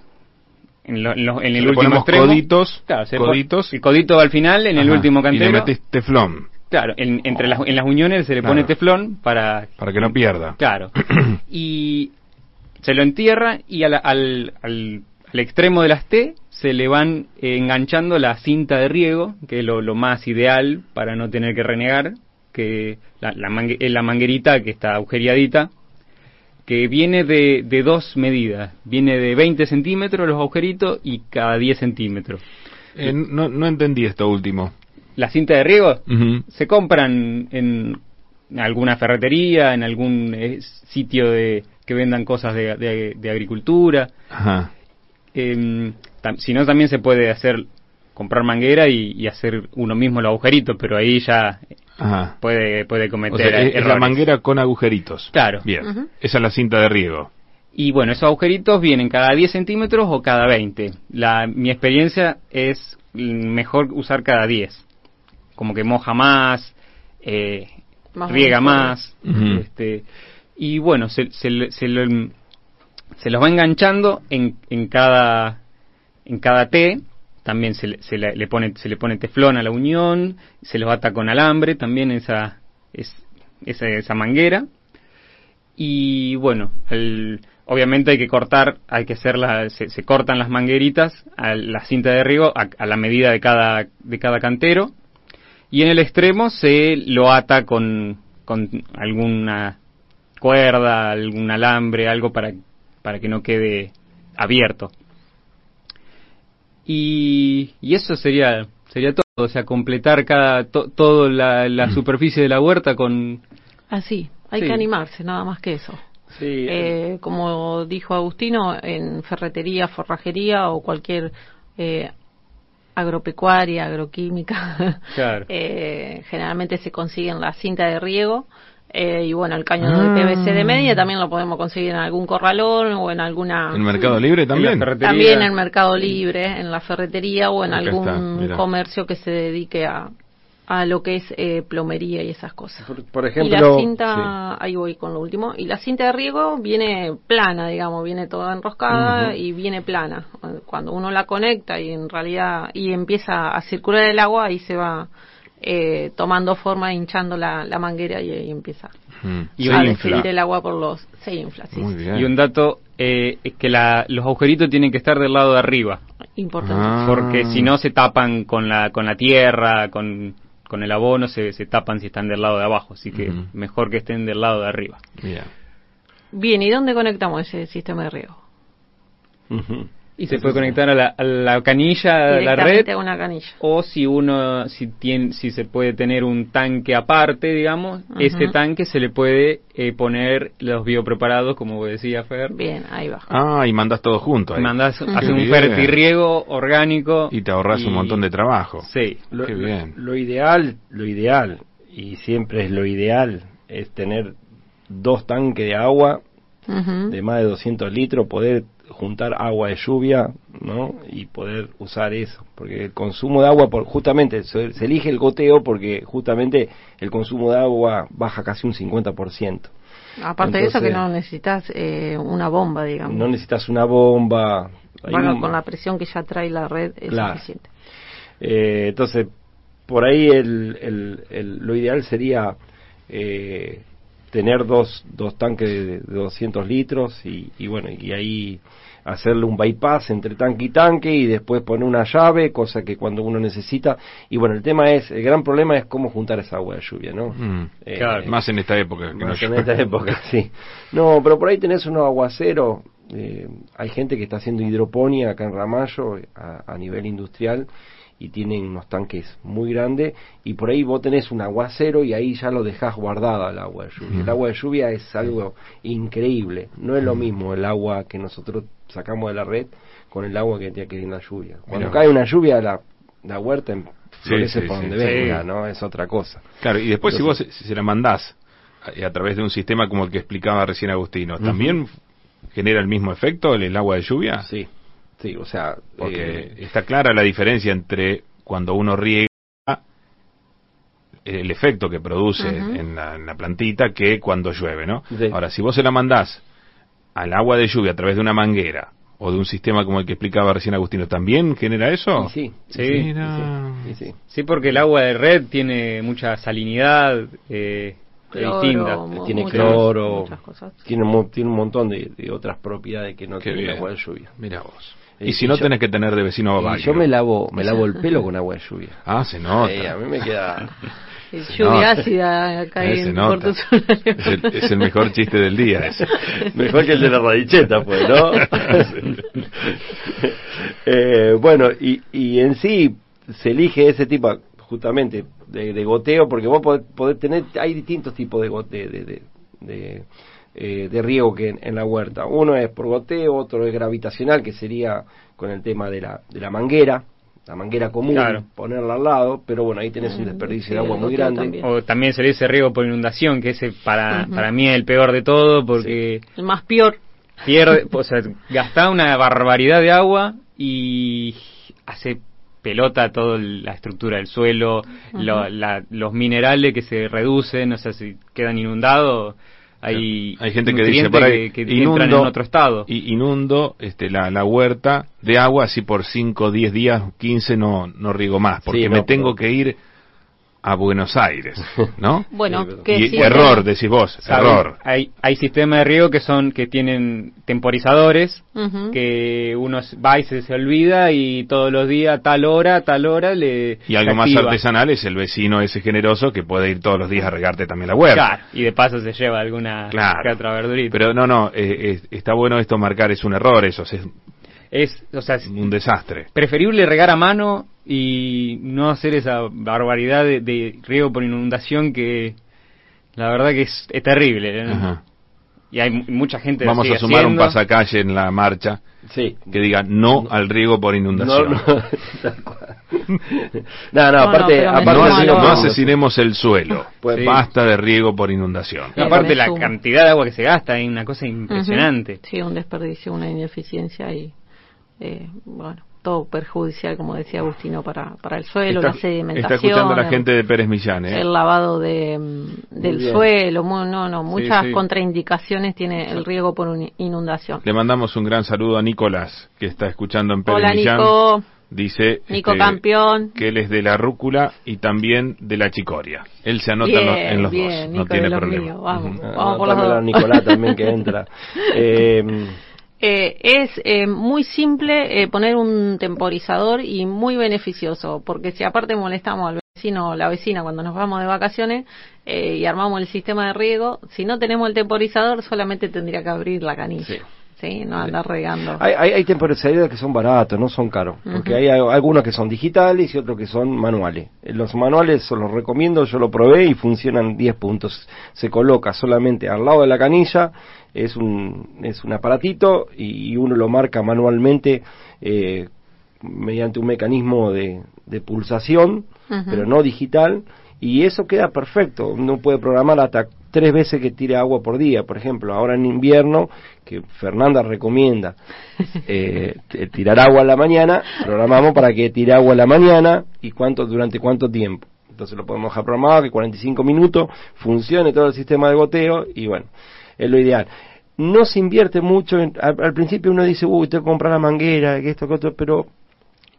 Speaker 5: en, lo- en lo- en
Speaker 4: Le
Speaker 5: el último
Speaker 4: ponemos
Speaker 5: extremo,
Speaker 4: coditos,
Speaker 5: claro, se pon-
Speaker 4: coditos.
Speaker 5: el codito va al final, en el
Speaker 4: Ajá,
Speaker 5: último
Speaker 4: Y le
Speaker 5: cantero.
Speaker 4: metes teflón
Speaker 5: Claro, en, entre las, en las uniones se le
Speaker 4: Claro.
Speaker 5: pone teflón para...
Speaker 4: para que no pierda.
Speaker 5: Claro. Y se lo entierra y a la- al, al, al extremo de las T se le van eh, enganchando la cinta de riego, que es lo, lo más ideal para no tener que renegar, que la, la, mangue- eh, la manguerita que está agujereadita, que viene de, de dos medidas. Viene de 20 centímetros los agujeritos y cada 10 centímetros.
Speaker 4: Eh, no, no entendí esto último.
Speaker 5: La cinta de riego
Speaker 4: Ujú.
Speaker 5: se compran en alguna ferretería, en algún eh, sitio de que vendan cosas de, de- de agricultura.
Speaker 4: Ajá.
Speaker 5: Em, tam- si no, también se puede hacer comprar manguera y, y hacer uno mismo los agujeritos, pero ahí ya
Speaker 4: Ajá.
Speaker 5: puede puede
Speaker 4: O
Speaker 5: cometer
Speaker 4: sea, es, es la
Speaker 5: errores.
Speaker 4: manguera con agujeritos.
Speaker 5: Claro.
Speaker 4: Bien.
Speaker 2: Ujú.
Speaker 4: Esa es la cinta de riego.
Speaker 5: Y bueno, esos agujeritos vienen cada 10 centímetros o cada 20. La, mi experiencia es mm, mejor usar cada 10. Como que moja más, eh,
Speaker 2: Más
Speaker 5: riega
Speaker 2: uniforme.
Speaker 5: más.
Speaker 4: Ujú.
Speaker 5: este, y bueno, se, se, le- se, le- se los va enganchando en, en cada en cada T. También se, le, se le- le pone, se le pone teflón a la unión, se los ata con alambre también esa, es- esa, esa manguera. Y bueno, el- obviamente hay que cortar, hay que hacer la, se, se cortan las mangueritas, a la cinta de riego a, a la medida de cada, de cada cantero. Y en el extremo se lo ata con, con alguna cuerda, algún alambre, algo para, para que no quede abierto. Y, y eso sería, sería todo, o sea, completar cada, to- toda la, la superficie de la huerta con...
Speaker 2: Así, Ah, hay
Speaker 5: Sí.
Speaker 2: que animarse, nada más que eso.
Speaker 5: Sí,
Speaker 2: Eh, como dijo Agustino, en ferretería, forrajería o cualquier eh, agropecuaria, agroquímica,
Speaker 5: Claro.
Speaker 2: eh, generalmente se consiguen la cinta de riego. eh, y bueno, el cañón de PVC de media también lo podemos conseguir en algún corralón o en alguna...
Speaker 3: Ah.
Speaker 4: ¿En Mercado Libre
Speaker 5: En
Speaker 4: también?
Speaker 5: la ferretería.
Speaker 2: También en Mercado Libre, en la ferretería o en
Speaker 4: Acá
Speaker 2: algún
Speaker 4: está, mira.
Speaker 2: comercio que se dedique a, a lo que es eh, plomería y esas cosas.
Speaker 3: Por, por
Speaker 2: y la
Speaker 3: ejemplo,
Speaker 2: cinta, ahí voy con lo último, y la cinta de riego viene plana, digamos, viene toda enroscada y viene plana. Cuando uno la conecta y en realidad y empieza a circular el agua, ahí se va eh, tomando forma, hinchando la, la manguera y, ahí empieza
Speaker 4: Ujú.
Speaker 5: Y
Speaker 2: a
Speaker 4: Mm. Se infla.
Speaker 5: un
Speaker 2: despedir el agua por los... Se infla, sí,
Speaker 4: Muy
Speaker 2: sí.
Speaker 4: bien.
Speaker 5: Y un dato eh, es que la- los agujeritos tienen que estar del lado de arriba,
Speaker 2: Importante.
Speaker 4: Ah.
Speaker 5: porque si no se tapan con la, con la tierra, con, con el abono, se, se tapan si están del lado de abajo, así que
Speaker 4: Ujú.
Speaker 5: mejor que estén del lado de arriba.
Speaker 4: Bien.
Speaker 2: Bien, ¿y dónde conectamos ese sistema de riego?
Speaker 3: ujú.
Speaker 5: Y se puede conectar a la, a la canilla, a la
Speaker 2: Directamente
Speaker 5: red,
Speaker 2: a una canilla.
Speaker 5: o si uno, si, tiene, si se puede tener un tanque aparte, digamos,
Speaker 2: Ujú.
Speaker 5: ese tanque se le puede eh, poner los biopreparados, como decía Fer,
Speaker 2: Bien, ahí va.
Speaker 4: Ah, y mandas todo junto ahí.
Speaker 5: mandás,
Speaker 2: Ujú.
Speaker 5: hace un
Speaker 4: Bien.
Speaker 5: fertirriego orgánico.
Speaker 4: Y te ahorras
Speaker 5: y-
Speaker 4: un montón de trabajo.
Speaker 5: Sí.
Speaker 4: Qué bien.
Speaker 3: lo ideal, lo ideal, y siempre es lo ideal, es tener dos tanques de agua
Speaker 2: Ujú.
Speaker 3: de más de 200 litros, poder juntar agua de lluvia, ¿no? Y poder usar eso, porque el consumo de agua, por, justamente, se, se elige el goteo porque justamente el consumo de agua baja casi un 50%.
Speaker 2: Aparte de eso que
Speaker 3: Entonces-
Speaker 2: no necesitas eh, una bomba, digamos.
Speaker 3: No necesitas una bomba. hay
Speaker 2: bueno,
Speaker 3: un-
Speaker 2: con la presión que ya trae la red es
Speaker 3: Claro.
Speaker 2: suficiente.
Speaker 3: Eh, entonces, por ahí el, el- el- lo ideal sería eh, tener dos, dos tanques de, de 200 litros y, y bueno, y ahí hacerle un bypass entre tanque y tanque y después poner una llave, cosa que cuando uno necesita. Y bueno, el tema es, el gran problema es cómo juntar esa agua de lluvia, ¿no?
Speaker 4: Mm.
Speaker 3: Eh,
Speaker 5: Claro.
Speaker 4: Más en esta época. Ah, que no
Speaker 3: más en
Speaker 4: llueve.
Speaker 3: esta época, sí. No, pero por ahí tenés unos aguaceros. eh, hay gente que está haciendo hidroponía acá en Ramallo eh, a, a nivel industrial y tienen unos tanques muy grandes y por ahí vos tenés un aguacero y ahí ya lo dejás guardada el agua de lluvia. El agua de lluvia es algo increíble. No es lo mismo el agua que nosotros sacamos de la red con el agua que tiene que ir en la lluvia. Cuando
Speaker 4: Mirá.
Speaker 3: cae una lluvia la, la huerta em-
Speaker 4: Sí,
Speaker 3: florece
Speaker 4: sí,
Speaker 3: por
Speaker 4: sí.
Speaker 3: donde
Speaker 5: Sí.
Speaker 3: venga, ¿no? Es otra cosa.
Speaker 4: Claro, y después si
Speaker 3: Entonces-
Speaker 4: vos se- si se la mandás a, a través de un sistema como el que explicaba recién Agustino, también genera el mismo efecto el, el agua de lluvia?
Speaker 3: Sí, sí, o sea,
Speaker 4: Ah. Porque
Speaker 3: eh,
Speaker 4: está clara la diferencia entre cuando uno riega eh, el efecto que produce
Speaker 2: Ajá.
Speaker 4: en, la, en la plantita que cuando llueve, ¿no?
Speaker 3: Sí.
Speaker 4: Ahora, si vos se la mandás al agua de lluvia a través de una manguera o de un sistema como el que explicaba recién Agustino, ¿también genera eso?
Speaker 3: y sí,
Speaker 5: Sí.
Speaker 3: y sí,
Speaker 4: Mira.
Speaker 3: y sí.
Speaker 5: Sí, porque el agua de red tiene mucha salinidad eh,
Speaker 2: Cloro,
Speaker 5: distinta.
Speaker 2: mo-
Speaker 3: Tiene
Speaker 2: muchas-
Speaker 3: cloro.
Speaker 2: muchas cosas.
Speaker 3: Tiene, un mo- tiene un montón de, de otras propiedades que no
Speaker 4: Qué
Speaker 3: tiene el
Speaker 4: bien.
Speaker 3: agua de lluvia.
Speaker 4: Mira vos.
Speaker 3: Eh,
Speaker 4: Y si
Speaker 3: y
Speaker 4: no
Speaker 3: yo-
Speaker 4: tenés que tener de vecino a
Speaker 3: Y yo
Speaker 4: Baglio.
Speaker 3: me lavo, me lavo el pelo con agua de lluvia.
Speaker 4: Ah, se nota.
Speaker 3: Eh, a mí me queda.
Speaker 2: Y
Speaker 4: Se
Speaker 2: Lluvia
Speaker 4: nota.
Speaker 2: ácida acá
Speaker 4: Eh, se
Speaker 2: en
Speaker 4: nota.
Speaker 2: Puerto
Speaker 4: Es el, es el mejor chiste del día ese.
Speaker 3: Mejor que el de la radicheta, pues, ¿no? Eh, bueno, y, y en sí se elige ese tipo, justamente, de, de goteo, porque vos podés, podés tener, hay distintos tipos de goteo, de, de, de, eh, de riego que en, en la huerta. Uno es por goteo, otro es gravitacional, que sería con el tema de la, de la manguera, la manguera común,
Speaker 5: Claro.
Speaker 3: ponerla al lado, pero bueno, ahí tenés un desperdicio
Speaker 2: Mm, Sí,
Speaker 3: de agua
Speaker 2: el
Speaker 3: muy
Speaker 2: goteo
Speaker 3: grande.
Speaker 2: también.
Speaker 5: O también se le dice riego por inundación, que ese para,
Speaker 2: Ujú.
Speaker 5: para mí es el peor de todo, porque
Speaker 2: El más peor.
Speaker 5: pierde, o sea, gastá una barbaridad de agua y hace pelota toda la estructura del suelo, lo- la- los minerales que se reducen, o sea, si quedan inundados, hay,
Speaker 4: hay gente que dice
Speaker 5: nutrientes
Speaker 4: por ahí,
Speaker 5: que, que
Speaker 4: inundo,
Speaker 5: entran en otro estado.
Speaker 4: y- inundo este, la, la huerta de agua, así por 5, 10 días, 15 no, no riego más, porque
Speaker 3: Sí,
Speaker 4: me
Speaker 3: no,
Speaker 4: tengo
Speaker 3: pero-
Speaker 4: que ir a Buenos Aires, ¿no?
Speaker 2: Bueno,
Speaker 3: Sí, pero-
Speaker 2: que
Speaker 4: y
Speaker 2: sí,
Speaker 4: error, decís vos,
Speaker 5: ¿Saben?
Speaker 4: Este error.
Speaker 5: Hay, hay sistemas de riego que son que tienen temporizadores
Speaker 2: Ujú.
Speaker 5: que uno s- va y se, se olvida y todos los días tal hora, tal hora le
Speaker 4: Y algo
Speaker 5: se
Speaker 4: más
Speaker 5: activa.
Speaker 4: artesanal es el vecino ese generoso que puede ir todos los días a regarte también la huerta.
Speaker 5: Claro, y de paso se lleva alguna
Speaker 4: Claro.
Speaker 5: que otra verdurita.
Speaker 4: Pero no, no, eh, es- está bueno esto marcar, es un error eso, es
Speaker 5: es, o sea, es
Speaker 4: un desastre.
Speaker 5: preferible regar a mano y no hacer esa barbaridad de, de riego por inundación que la verdad que es, es terrible. ¿eh?
Speaker 4: Ajá.
Speaker 5: Y hay mu- mucha gente que lo
Speaker 4: Vamos
Speaker 5: sigue
Speaker 4: a sumar un
Speaker 5: haciendo.
Speaker 4: pasacalle en la marcha
Speaker 3: Sí,
Speaker 4: que diga no, al riego por inundación.
Speaker 3: No, no, tal cual. no, no,
Speaker 2: No,
Speaker 3: aparte,
Speaker 2: no, pero me
Speaker 3: aparte
Speaker 4: No,
Speaker 2: Bueno,
Speaker 4: ase-
Speaker 2: bueno.
Speaker 4: no asesinemos el suelo.
Speaker 3: Pues,
Speaker 5: Sí.
Speaker 4: Basta de riego por inundación.
Speaker 5: Y aparte
Speaker 2: Me
Speaker 5: la
Speaker 2: sumo.
Speaker 5: cantidad de agua que se gasta es una cosa impresionante.
Speaker 2: Ujú. Sí, un desperdicio, una ineficiencia y, eh, bueno, todo perjudicial, como decía Agustino, para, para el suelo,
Speaker 4: Está,
Speaker 2: la sedimentación.
Speaker 4: está escuchando la
Speaker 2: el-
Speaker 4: gente de Pérez Millán, ¿eh?
Speaker 2: El lavado de, mm, del
Speaker 3: bien.
Speaker 2: suelo, mu- no, no, muchas
Speaker 5: sí.
Speaker 2: contraindicaciones tiene el riego por un- inundación.
Speaker 4: Le mandamos un gran saludo a Nicolás, que está escuchando en Pérez
Speaker 2: Hola,
Speaker 4: Millán.
Speaker 2: Nico.
Speaker 4: Dice
Speaker 2: Nico
Speaker 4: este,
Speaker 2: Campeón.
Speaker 4: que él es de la rúcula y también de la chicoria. Él se anota en los- en los
Speaker 2: bien,
Speaker 4: dos,
Speaker 2: Nico
Speaker 4: no tiene
Speaker 2: de los
Speaker 4: problema.
Speaker 2: míos, vamos,
Speaker 4: Ujú.
Speaker 2: vamos por los
Speaker 3: Anotámelo Ah, a
Speaker 2: dos.
Speaker 3: Nicolás también que entra. Eh,
Speaker 2: Eh, es eh, muy simple eh, poner un temporizador y muy beneficioso, porque si aparte molestamos al vecino o la vecina cuando nos vamos de vacaciones eh, y armamos el sistema de riego, si no tenemos el temporizador solamente tendría que abrir la canilla,
Speaker 3: Sí.
Speaker 2: ¿sí? No andar regando.
Speaker 3: hay, hay, hay temporizadores que son baratos, no son caros, porque
Speaker 2: Ujú.
Speaker 3: hay a- algunos que son digitales y otros que son manuales. Eh, Los manuales se los recomiendo, yo lo probé y funcionan 10 puntos. Se coloca solamente al lado de la canilla, es un, es un aparatito y, y uno lo marca manualmente eh, mediante un mecanismo de, de pulsación.
Speaker 2: Ujú.
Speaker 3: pero no digital, y eso queda perfecto. Uno puede programar hasta tres veces que tire agua por día, por ejemplo. Ahora en invierno, que Fernanda recomienda eh, t- tirar agua a la mañana, programamos para que tire agua a la mañana y cuánto durante cuánto tiempo. Entonces lo podemos dejar programado, que 45 minutos funcione todo el sistema de goteo y bueno, es lo ideal. No se invierte mucho, en- al, al principio uno dice, uy, tengo que comprar la manguera, que esto, que otro, pero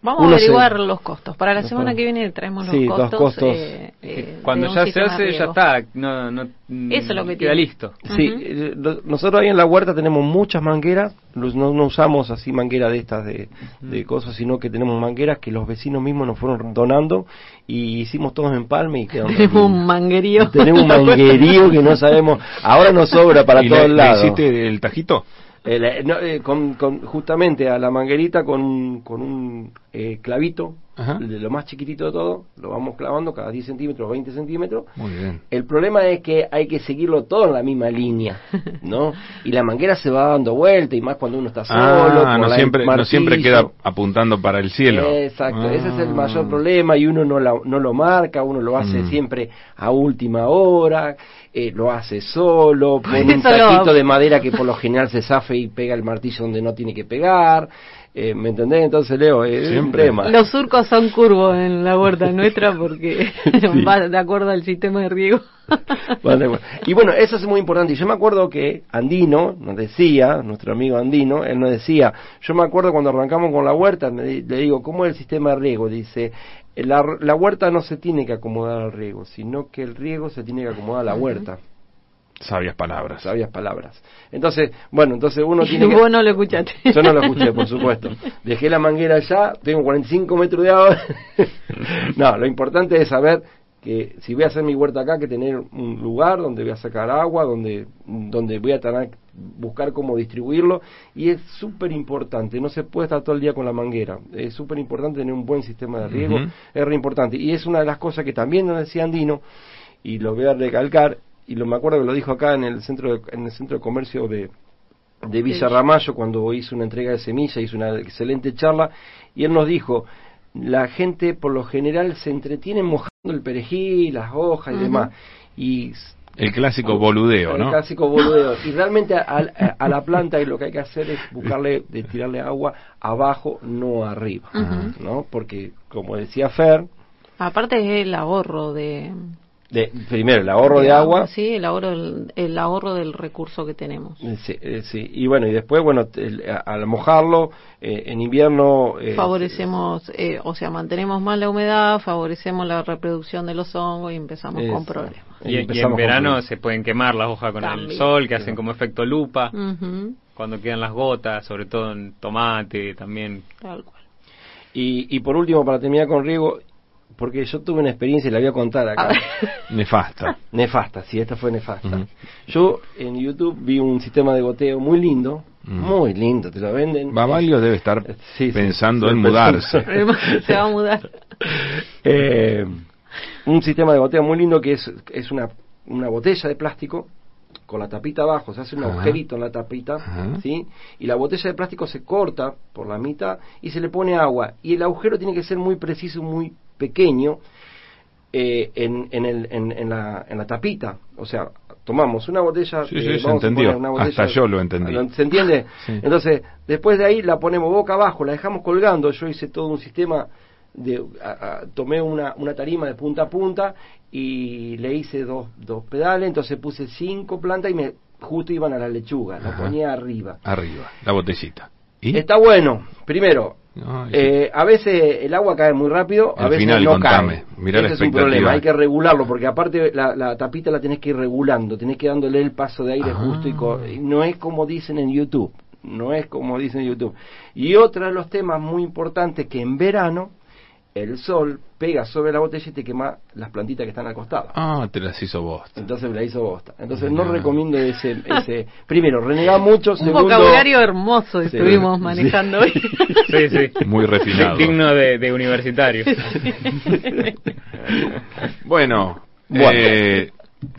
Speaker 2: Vamos a
Speaker 3: uno
Speaker 2: averiguar
Speaker 3: se-
Speaker 2: los costos. Para la
Speaker 3: Los
Speaker 2: semana
Speaker 3: costos.
Speaker 2: que viene traemos los
Speaker 3: Sí, los
Speaker 2: costos.
Speaker 3: costos.
Speaker 2: eh, eh,
Speaker 5: Cuando
Speaker 2: de un
Speaker 5: ya se
Speaker 2: sistema de
Speaker 5: hace, ya
Speaker 2: riego.
Speaker 5: está. No, no, mm,
Speaker 2: Eso es lo que
Speaker 5: queda
Speaker 2: tiene.
Speaker 5: listo.
Speaker 3: Sí,
Speaker 2: Ujú.
Speaker 3: eh, lo- nosotros ahí en la huerta tenemos muchas mangueras, los- no, no usamos así mangueras de estas de, de cosas, sino que tenemos mangueras que los vecinos mismos nos fueron donando y hicimos todos empalme y quedaron
Speaker 2: Tenemos un
Speaker 3: lindas.
Speaker 2: manguerío.
Speaker 3: Tenemos un manguerío que no sabemos, ahora nos sobra para
Speaker 4: ¿Y
Speaker 3: todos
Speaker 4: le- le
Speaker 3: lados.
Speaker 4: hiciste el tajito?
Speaker 3: Eh, la- no, eh, con- con- justamente a la manguerita con, un- con un eh, clavito
Speaker 4: Ajá.
Speaker 3: de lo más chiquitito de todo, lo vamos clavando cada 10 centímetros, 20 centímetros.
Speaker 4: Muy bien.
Speaker 3: El problema es que hay que seguirlo todo en la misma línea, ¿no? Y la manguera se va dando vuelta, y más cuando uno está solo.
Speaker 4: Ah,
Speaker 3: con
Speaker 4: no
Speaker 3: la-
Speaker 4: siempre, no
Speaker 3: martillo.
Speaker 4: siempre queda apuntando para el cielo.
Speaker 3: Exacto, ese es el
Speaker 4: Ah.
Speaker 3: mayor problema y uno no, la- no lo marca, uno lo hace
Speaker 4: Mm.
Speaker 3: siempre a última hora, eh, lo hace solo, pone un
Speaker 2: eso lo
Speaker 3: taquito
Speaker 2: hago.
Speaker 3: de madera que por lo general se zafe y pega el martillo donde no tiene que pegar. eh, ¿Me entendés? Entonces, Leo, es un
Speaker 4: Siempre.
Speaker 3: tema.
Speaker 2: Los surcos son curvos en la huerta nuestra porque va de acuerdo al sistema de riego.
Speaker 3: Vale, bueno. Y bueno, eso es muy importante. Y Yo me acuerdo que Andino nos decía, nuestro amigo Andino, él nos decía, yo me acuerdo cuando arrancamos con la huerta, me di- le digo, ¿cómo es el sistema de riego? Dice, eh, la, la huerta no se tiene que acomodar al riego, sino que el riego se tiene que acomodar a la huerta.
Speaker 4: Sabias palabras.
Speaker 3: Sabias palabras. Entonces, bueno, entonces uno
Speaker 2: Y
Speaker 3: tiene que...
Speaker 2: vos no lo escuchaste.
Speaker 3: Yo no lo escuché, por supuesto. Dejé la manguera allá, tengo 45 metros de agua. no, lo importante es saber que si voy a hacer mi huerta acá, que tener un lugar donde voy a sacar agua, donde, donde voy a tener, buscar cómo distribuirlo. Y es súper importante, no se puede estar todo el día con la manguera. Es súper importante tener un buen sistema de riego,
Speaker 4: Ujú.
Speaker 3: es re importante. Y es una de las cosas que también nos decía Andino, y lo voy a recalcar, y lo me acuerdo que lo dijo acá en el centro de, en el centro de comercio de, de Villa Ramallo cuando hizo una entrega de semillas, hizo una excelente charla y él nos dijo, la gente por lo general se entretiene mojando el perejil, las hojas y
Speaker 2: Ujú.
Speaker 3: demás. Y s-
Speaker 4: El clásico boludeo,
Speaker 3: el
Speaker 4: ¿no?
Speaker 3: clásico boludeo. Y realmente a, a- a la planta lo que hay que hacer es buscarle, de tirarle agua abajo, no arriba.
Speaker 2: Ujú.
Speaker 3: ¿no? Porque, como decía Fer,
Speaker 2: Aparte es el ahorro de...
Speaker 3: de, primero el ahorro de
Speaker 2: de
Speaker 3: agua,
Speaker 2: Sí, el ahorro, el, el ahorro del recurso que tenemos.
Speaker 3: Eh, Sí, eh, sí. Y bueno, y después, bueno, t- el- a- al mojarlo, eh, en invierno... eh,
Speaker 2: favorecemos, eh, o sea, mantenemos más la humedad, favorecemos la reproducción de los hongos y empezamos
Speaker 3: eh,
Speaker 2: con
Speaker 3: sí.
Speaker 2: problemas.
Speaker 5: Y, y
Speaker 3: empezamos
Speaker 5: en
Speaker 3: con
Speaker 5: verano
Speaker 3: problemas.
Speaker 5: se pueden quemar las hojas con
Speaker 2: También. Mm.
Speaker 5: el sol, que hacen como efecto lupa,
Speaker 2: Ujú,
Speaker 5: cuando quedan las gotas, sobre todo en tomate también.
Speaker 2: tal cual.
Speaker 3: Y, y por último, para terminar con riego, porque yo tuve una experiencia y la voy a contar acá.
Speaker 4: Nefasta.
Speaker 3: Nefasta, sí, esta fue nefasta.
Speaker 4: Ujú.
Speaker 3: Yo en YouTube vi un sistema de goteo muy lindo,
Speaker 4: Mm.
Speaker 3: muy lindo, te lo venden.
Speaker 4: Babalio debe estar
Speaker 3: Sí, sí,
Speaker 4: pensando
Speaker 3: sí,
Speaker 4: en
Speaker 3: pensando.
Speaker 4: mudarse.
Speaker 2: Se va a mudar.
Speaker 3: Eh, un sistema de goteo muy lindo que es, es una, una botella de plástico con la tapita abajo, se hace un
Speaker 4: Ajá.
Speaker 3: agujerito en la tapita,
Speaker 4: Ajá.
Speaker 3: ¿sí? Y la botella de plástico se corta por la mitad y se le pone agua. Y el agujero tiene que ser muy preciso, muy pequeño eh, en, en, el, en, en la, en la tapita. O sea, tomamos una botella... eh,
Speaker 4: Sí, sí, se
Speaker 3: vamos a
Speaker 4: entendió.
Speaker 3: poner una botella-
Speaker 4: Hasta yo lo entendí.
Speaker 3: ¿Se entiende?
Speaker 4: Sí.
Speaker 3: Entonces, después de ahí la ponemos boca abajo, la dejamos colgando. Yo hice todo un sistema de. a- a- tomé una, una tarima de punta a punta y le hice dos, dos pedales. Entonces puse cinco plantas y me justo iban a la lechuga, la
Speaker 4: Ajá.
Speaker 3: ponía arriba.
Speaker 4: Arriba, la botellita. ¿Y?
Speaker 3: Está bueno, primero.
Speaker 4: Ay,
Speaker 3: eh, a veces el agua cae muy rápido, a
Speaker 4: Al
Speaker 3: veces
Speaker 4: final,
Speaker 3: no
Speaker 4: contame.
Speaker 3: cae.
Speaker 4: Mirá la
Speaker 3: Ese es un
Speaker 4: expectativa.
Speaker 3: problema, hay que regularlo porque aparte la, la tapita la tenés que ir regulando, tenés que dándole el paso de aire
Speaker 4: Ah.
Speaker 3: justo y, co- y no es como dicen en YouTube, no es como dicen en YouTube. Y otro de los temas muy importantes que en verano el sol pega sobre la botella y te quema las plantitas que están al costado.
Speaker 4: Ah, te las hizo vos.
Speaker 3: Entonces la hizo bosta. Entonces no
Speaker 4: Ah.
Speaker 3: recomiendo ese, ese primero, renegar mucho,
Speaker 2: Un
Speaker 3: segundo
Speaker 2: vocabulario hermoso
Speaker 3: Sí.
Speaker 2: estuvimos
Speaker 3: Sí.
Speaker 2: manejando hoy.
Speaker 5: Sí, sí.
Speaker 4: Muy refinado.
Speaker 5: Digno de, de universitario.
Speaker 4: Bueno,
Speaker 3: Bueno.
Speaker 4: eh,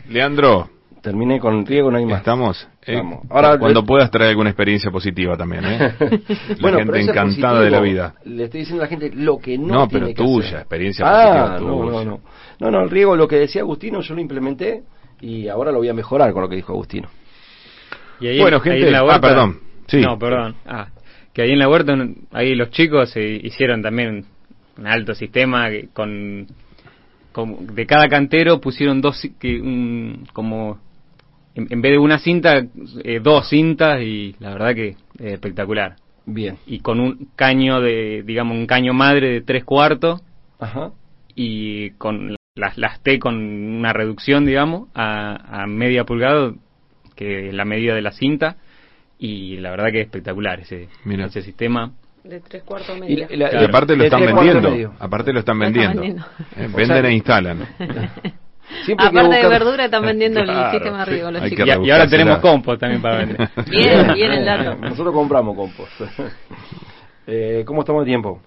Speaker 4: Leandro,
Speaker 3: terminé con el riego, no hay más.
Speaker 4: estamos. eh,
Speaker 3: Vamos. Ahora-
Speaker 4: cuando puedas traer alguna experiencia positiva también, ¿eh? La
Speaker 3: bueno, pero
Speaker 4: gente
Speaker 3: eso es
Speaker 4: encantada de la
Speaker 3: positivo.
Speaker 4: vida.
Speaker 3: Le estoy diciendo a la gente lo que no,
Speaker 4: No,
Speaker 3: tiene
Speaker 4: pero
Speaker 3: que
Speaker 4: tuya,
Speaker 3: hacer.
Speaker 4: experiencia
Speaker 3: ah,
Speaker 4: positiva
Speaker 3: no,
Speaker 4: tuya.
Speaker 3: no, no. No, no, el riego, lo que decía Agustino, yo lo implementé y ahora lo voy a mejorar con lo que dijo Agustino.
Speaker 5: Y ahí-
Speaker 4: Bueno,
Speaker 5: ahí
Speaker 4: gente,
Speaker 5: en la
Speaker 4: ah,
Speaker 5: huerta-
Speaker 4: perdón, sí.
Speaker 5: No, perdón. Ah, que ahí en la huerta, ahí los chicos eh, hicieron también un alto sistema que con, con- de cada cantero pusieron dos ci- que un- como en, en vez de una cinta eh, dos cintas y la verdad que eh, espectacular.
Speaker 3: Bien.
Speaker 5: Y con un caño de digamos un caño madre de tres cuartos
Speaker 3: Ajá.
Speaker 5: y con las, las T con una reducción, digamos, a, a media pulgada, que es la medida de la cinta, y la verdad que es espectacular ese,
Speaker 4: Mira.
Speaker 5: ese sistema.
Speaker 2: De tres cuartos
Speaker 3: Y la- y la-
Speaker 4: Y aparte lo
Speaker 3: de
Speaker 4: están
Speaker 3: tres cuartos
Speaker 4: vendiendo.
Speaker 3: medio.
Speaker 4: Aparte lo están
Speaker 2: Lo están
Speaker 4: vendiendo.
Speaker 2: vendiendo.
Speaker 4: Eh,
Speaker 3: O
Speaker 4: venden
Speaker 3: sea-
Speaker 4: e instalan.
Speaker 3: Siempre hay que
Speaker 2: Aparte de
Speaker 3: buscar-
Speaker 2: verdura están vendiendo
Speaker 4: Claro,
Speaker 2: el sistema de riego los
Speaker 4: hay que
Speaker 5: Y,
Speaker 2: chicos.
Speaker 5: a- y ahora
Speaker 4: rebuscársela.
Speaker 5: tenemos compost también para vender.
Speaker 2: Bien, bien el dato.
Speaker 3: Nosotros compramos compost. eh, ¿Cómo estamos de tiempo?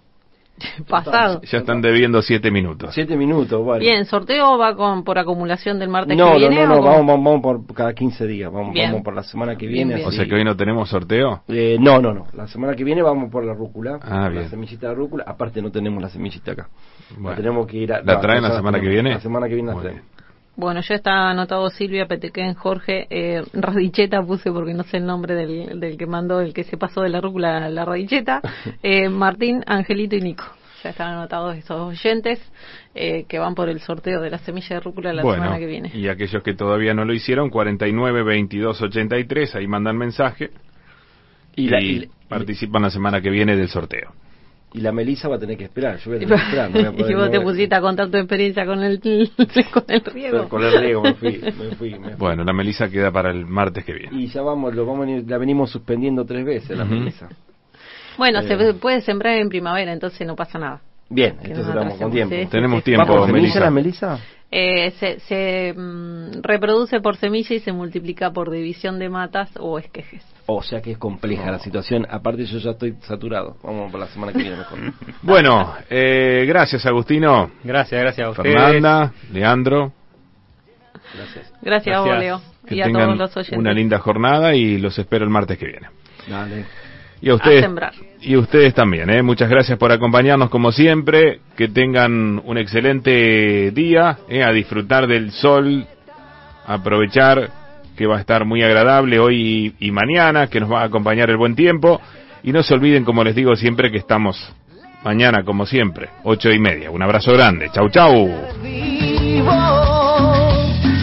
Speaker 2: pasado.
Speaker 4: Ya están debiendo siete minutos.
Speaker 3: Siete minutos, bueno.
Speaker 2: Bien, sorteo va con por acumulación del martes
Speaker 3: no,
Speaker 2: que
Speaker 3: no,
Speaker 2: viene.
Speaker 3: no,
Speaker 2: o
Speaker 3: no,
Speaker 2: cómo?
Speaker 3: vamos, vamos, vamos por cada 15 días, vamos,
Speaker 2: Bien.
Speaker 3: vamos por la semana que
Speaker 2: Bien,
Speaker 3: viene.
Speaker 2: bien.
Speaker 4: O
Speaker 3: así.
Speaker 4: sea que hoy no tenemos sorteo.
Speaker 3: Eh, no, no, no, la semana que viene vamos por la rúcula,
Speaker 4: Ah,
Speaker 3: la
Speaker 4: bien.
Speaker 3: semillita de rúcula, aparte no tenemos la semillita acá.
Speaker 4: Bueno.
Speaker 3: La tenemos que ir a...
Speaker 4: ¿La
Speaker 3: no,
Speaker 4: traen la
Speaker 3: nosotros
Speaker 4: semana que
Speaker 3: tenemos.
Speaker 4: viene?
Speaker 3: La semana que viene la
Speaker 4: Muy
Speaker 3: traen.
Speaker 4: bien.
Speaker 2: Bueno, ya está anotado Silvia Petequén, Jorge, eh, Radicheta puse porque no sé el nombre del, del que mandó, el que se pasó de la rúcula a la Radicheta, eh, Martín, Angelito y Nico. Ya están anotados esos oyentes eh, que van por el sorteo de la semilla de rúcula la
Speaker 4: bueno,
Speaker 2: semana que viene.
Speaker 4: y aquellos que todavía no lo hicieron, 49 22 83, ahí mandan mensaje
Speaker 3: Y
Speaker 4: y,
Speaker 3: la, y, la-
Speaker 4: participan la semana que viene del sorteo.
Speaker 3: y la Melisa va a tener que esperar, yo voy a
Speaker 2: Y
Speaker 3: tener que esperar. no voy a poder-
Speaker 2: vos
Speaker 3: no
Speaker 2: te
Speaker 3: voy a-
Speaker 2: pusiste a contar tu experiencia con el, con el riego.
Speaker 3: Con el riego me fui, me fui, me fui.
Speaker 4: Bueno, la melisa queda para el martes que viene.
Speaker 3: Y ya vamos, lo vamos, a venir- la venimos suspendiendo tres veces la
Speaker 4: Ujú.
Speaker 3: Melisa.
Speaker 2: Bueno, se
Speaker 3: Eh.
Speaker 2: puede sembrar en primavera, entonces no pasa nada.
Speaker 3: Bien,
Speaker 2: Que nos
Speaker 3: entonces estamos con
Speaker 2: atrasemos,
Speaker 3: tiempo.
Speaker 2: sí, sí,
Speaker 4: Tenemos
Speaker 2: sí.
Speaker 4: tiempo,
Speaker 3: ¿Va con semilla
Speaker 4: Melisa.
Speaker 3: la Melisa?
Speaker 2: Eh, se se, mm, reproduce por semilla y se multiplica por división de matas o esquejes.
Speaker 3: O sea que es compleja la situación. Aparte yo ya estoy saturado. Vamos para la semana que viene mejor.
Speaker 4: Bueno, eh, gracias Agustino,
Speaker 5: Gracias, gracias a ustedes.
Speaker 4: Fernanda, Leandro.
Speaker 3: Gracias.
Speaker 2: Gracias, a vos, Leo,
Speaker 5: Gracias.
Speaker 4: Que
Speaker 2: y a
Speaker 4: tengan
Speaker 2: todos los oyentes.
Speaker 4: una linda jornada y los espero el martes que viene.
Speaker 3: Dale.
Speaker 4: Y a
Speaker 2: A
Speaker 4: ustedes,
Speaker 2: sembrar.
Speaker 4: y ustedes también, ¿eh? muchas gracias por acompañarnos como siempre, que tengan un excelente día, ¿eh? a disfrutar del sol, a aprovechar que va a estar muy agradable hoy y, y mañana, que nos va a acompañar el buen tiempo, y no se olviden, como les digo siempre, que estamos mañana como siempre, ocho y media. Un abrazo grande, chau chau.
Speaker 6: vivo.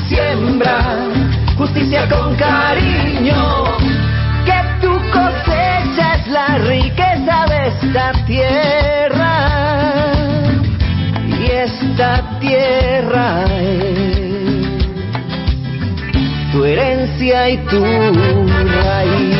Speaker 6: Siembra justicia con cariño, que tu cosecha es la riqueza de esta tierra. Y esta tierra es tu herencia y tu raíz.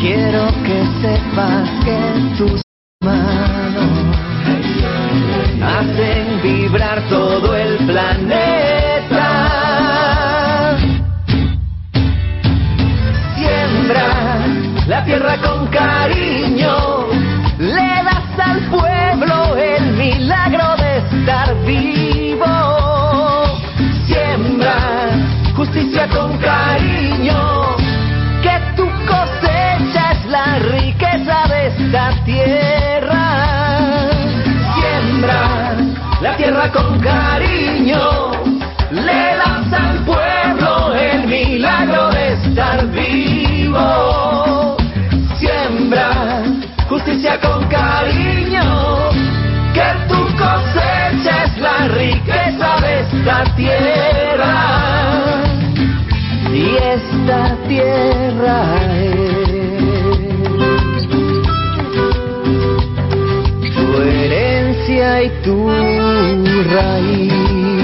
Speaker 6: Quiero que sepas que tus manos hacen vibrar todo el planeta. Siembra la tierra con cariño, le das al pueblo el milagro de estar vivo. Siembra justicia con cariño, que tu cosecha es la riqueza de esta tierra. Siembra la tierra con cariño, le das al pueblo el milagro de estar vivo. Siembra justicia con cariño, que tu cosecha es la riqueza de esta tierra y esta tierra es tu herencia y tu raíz.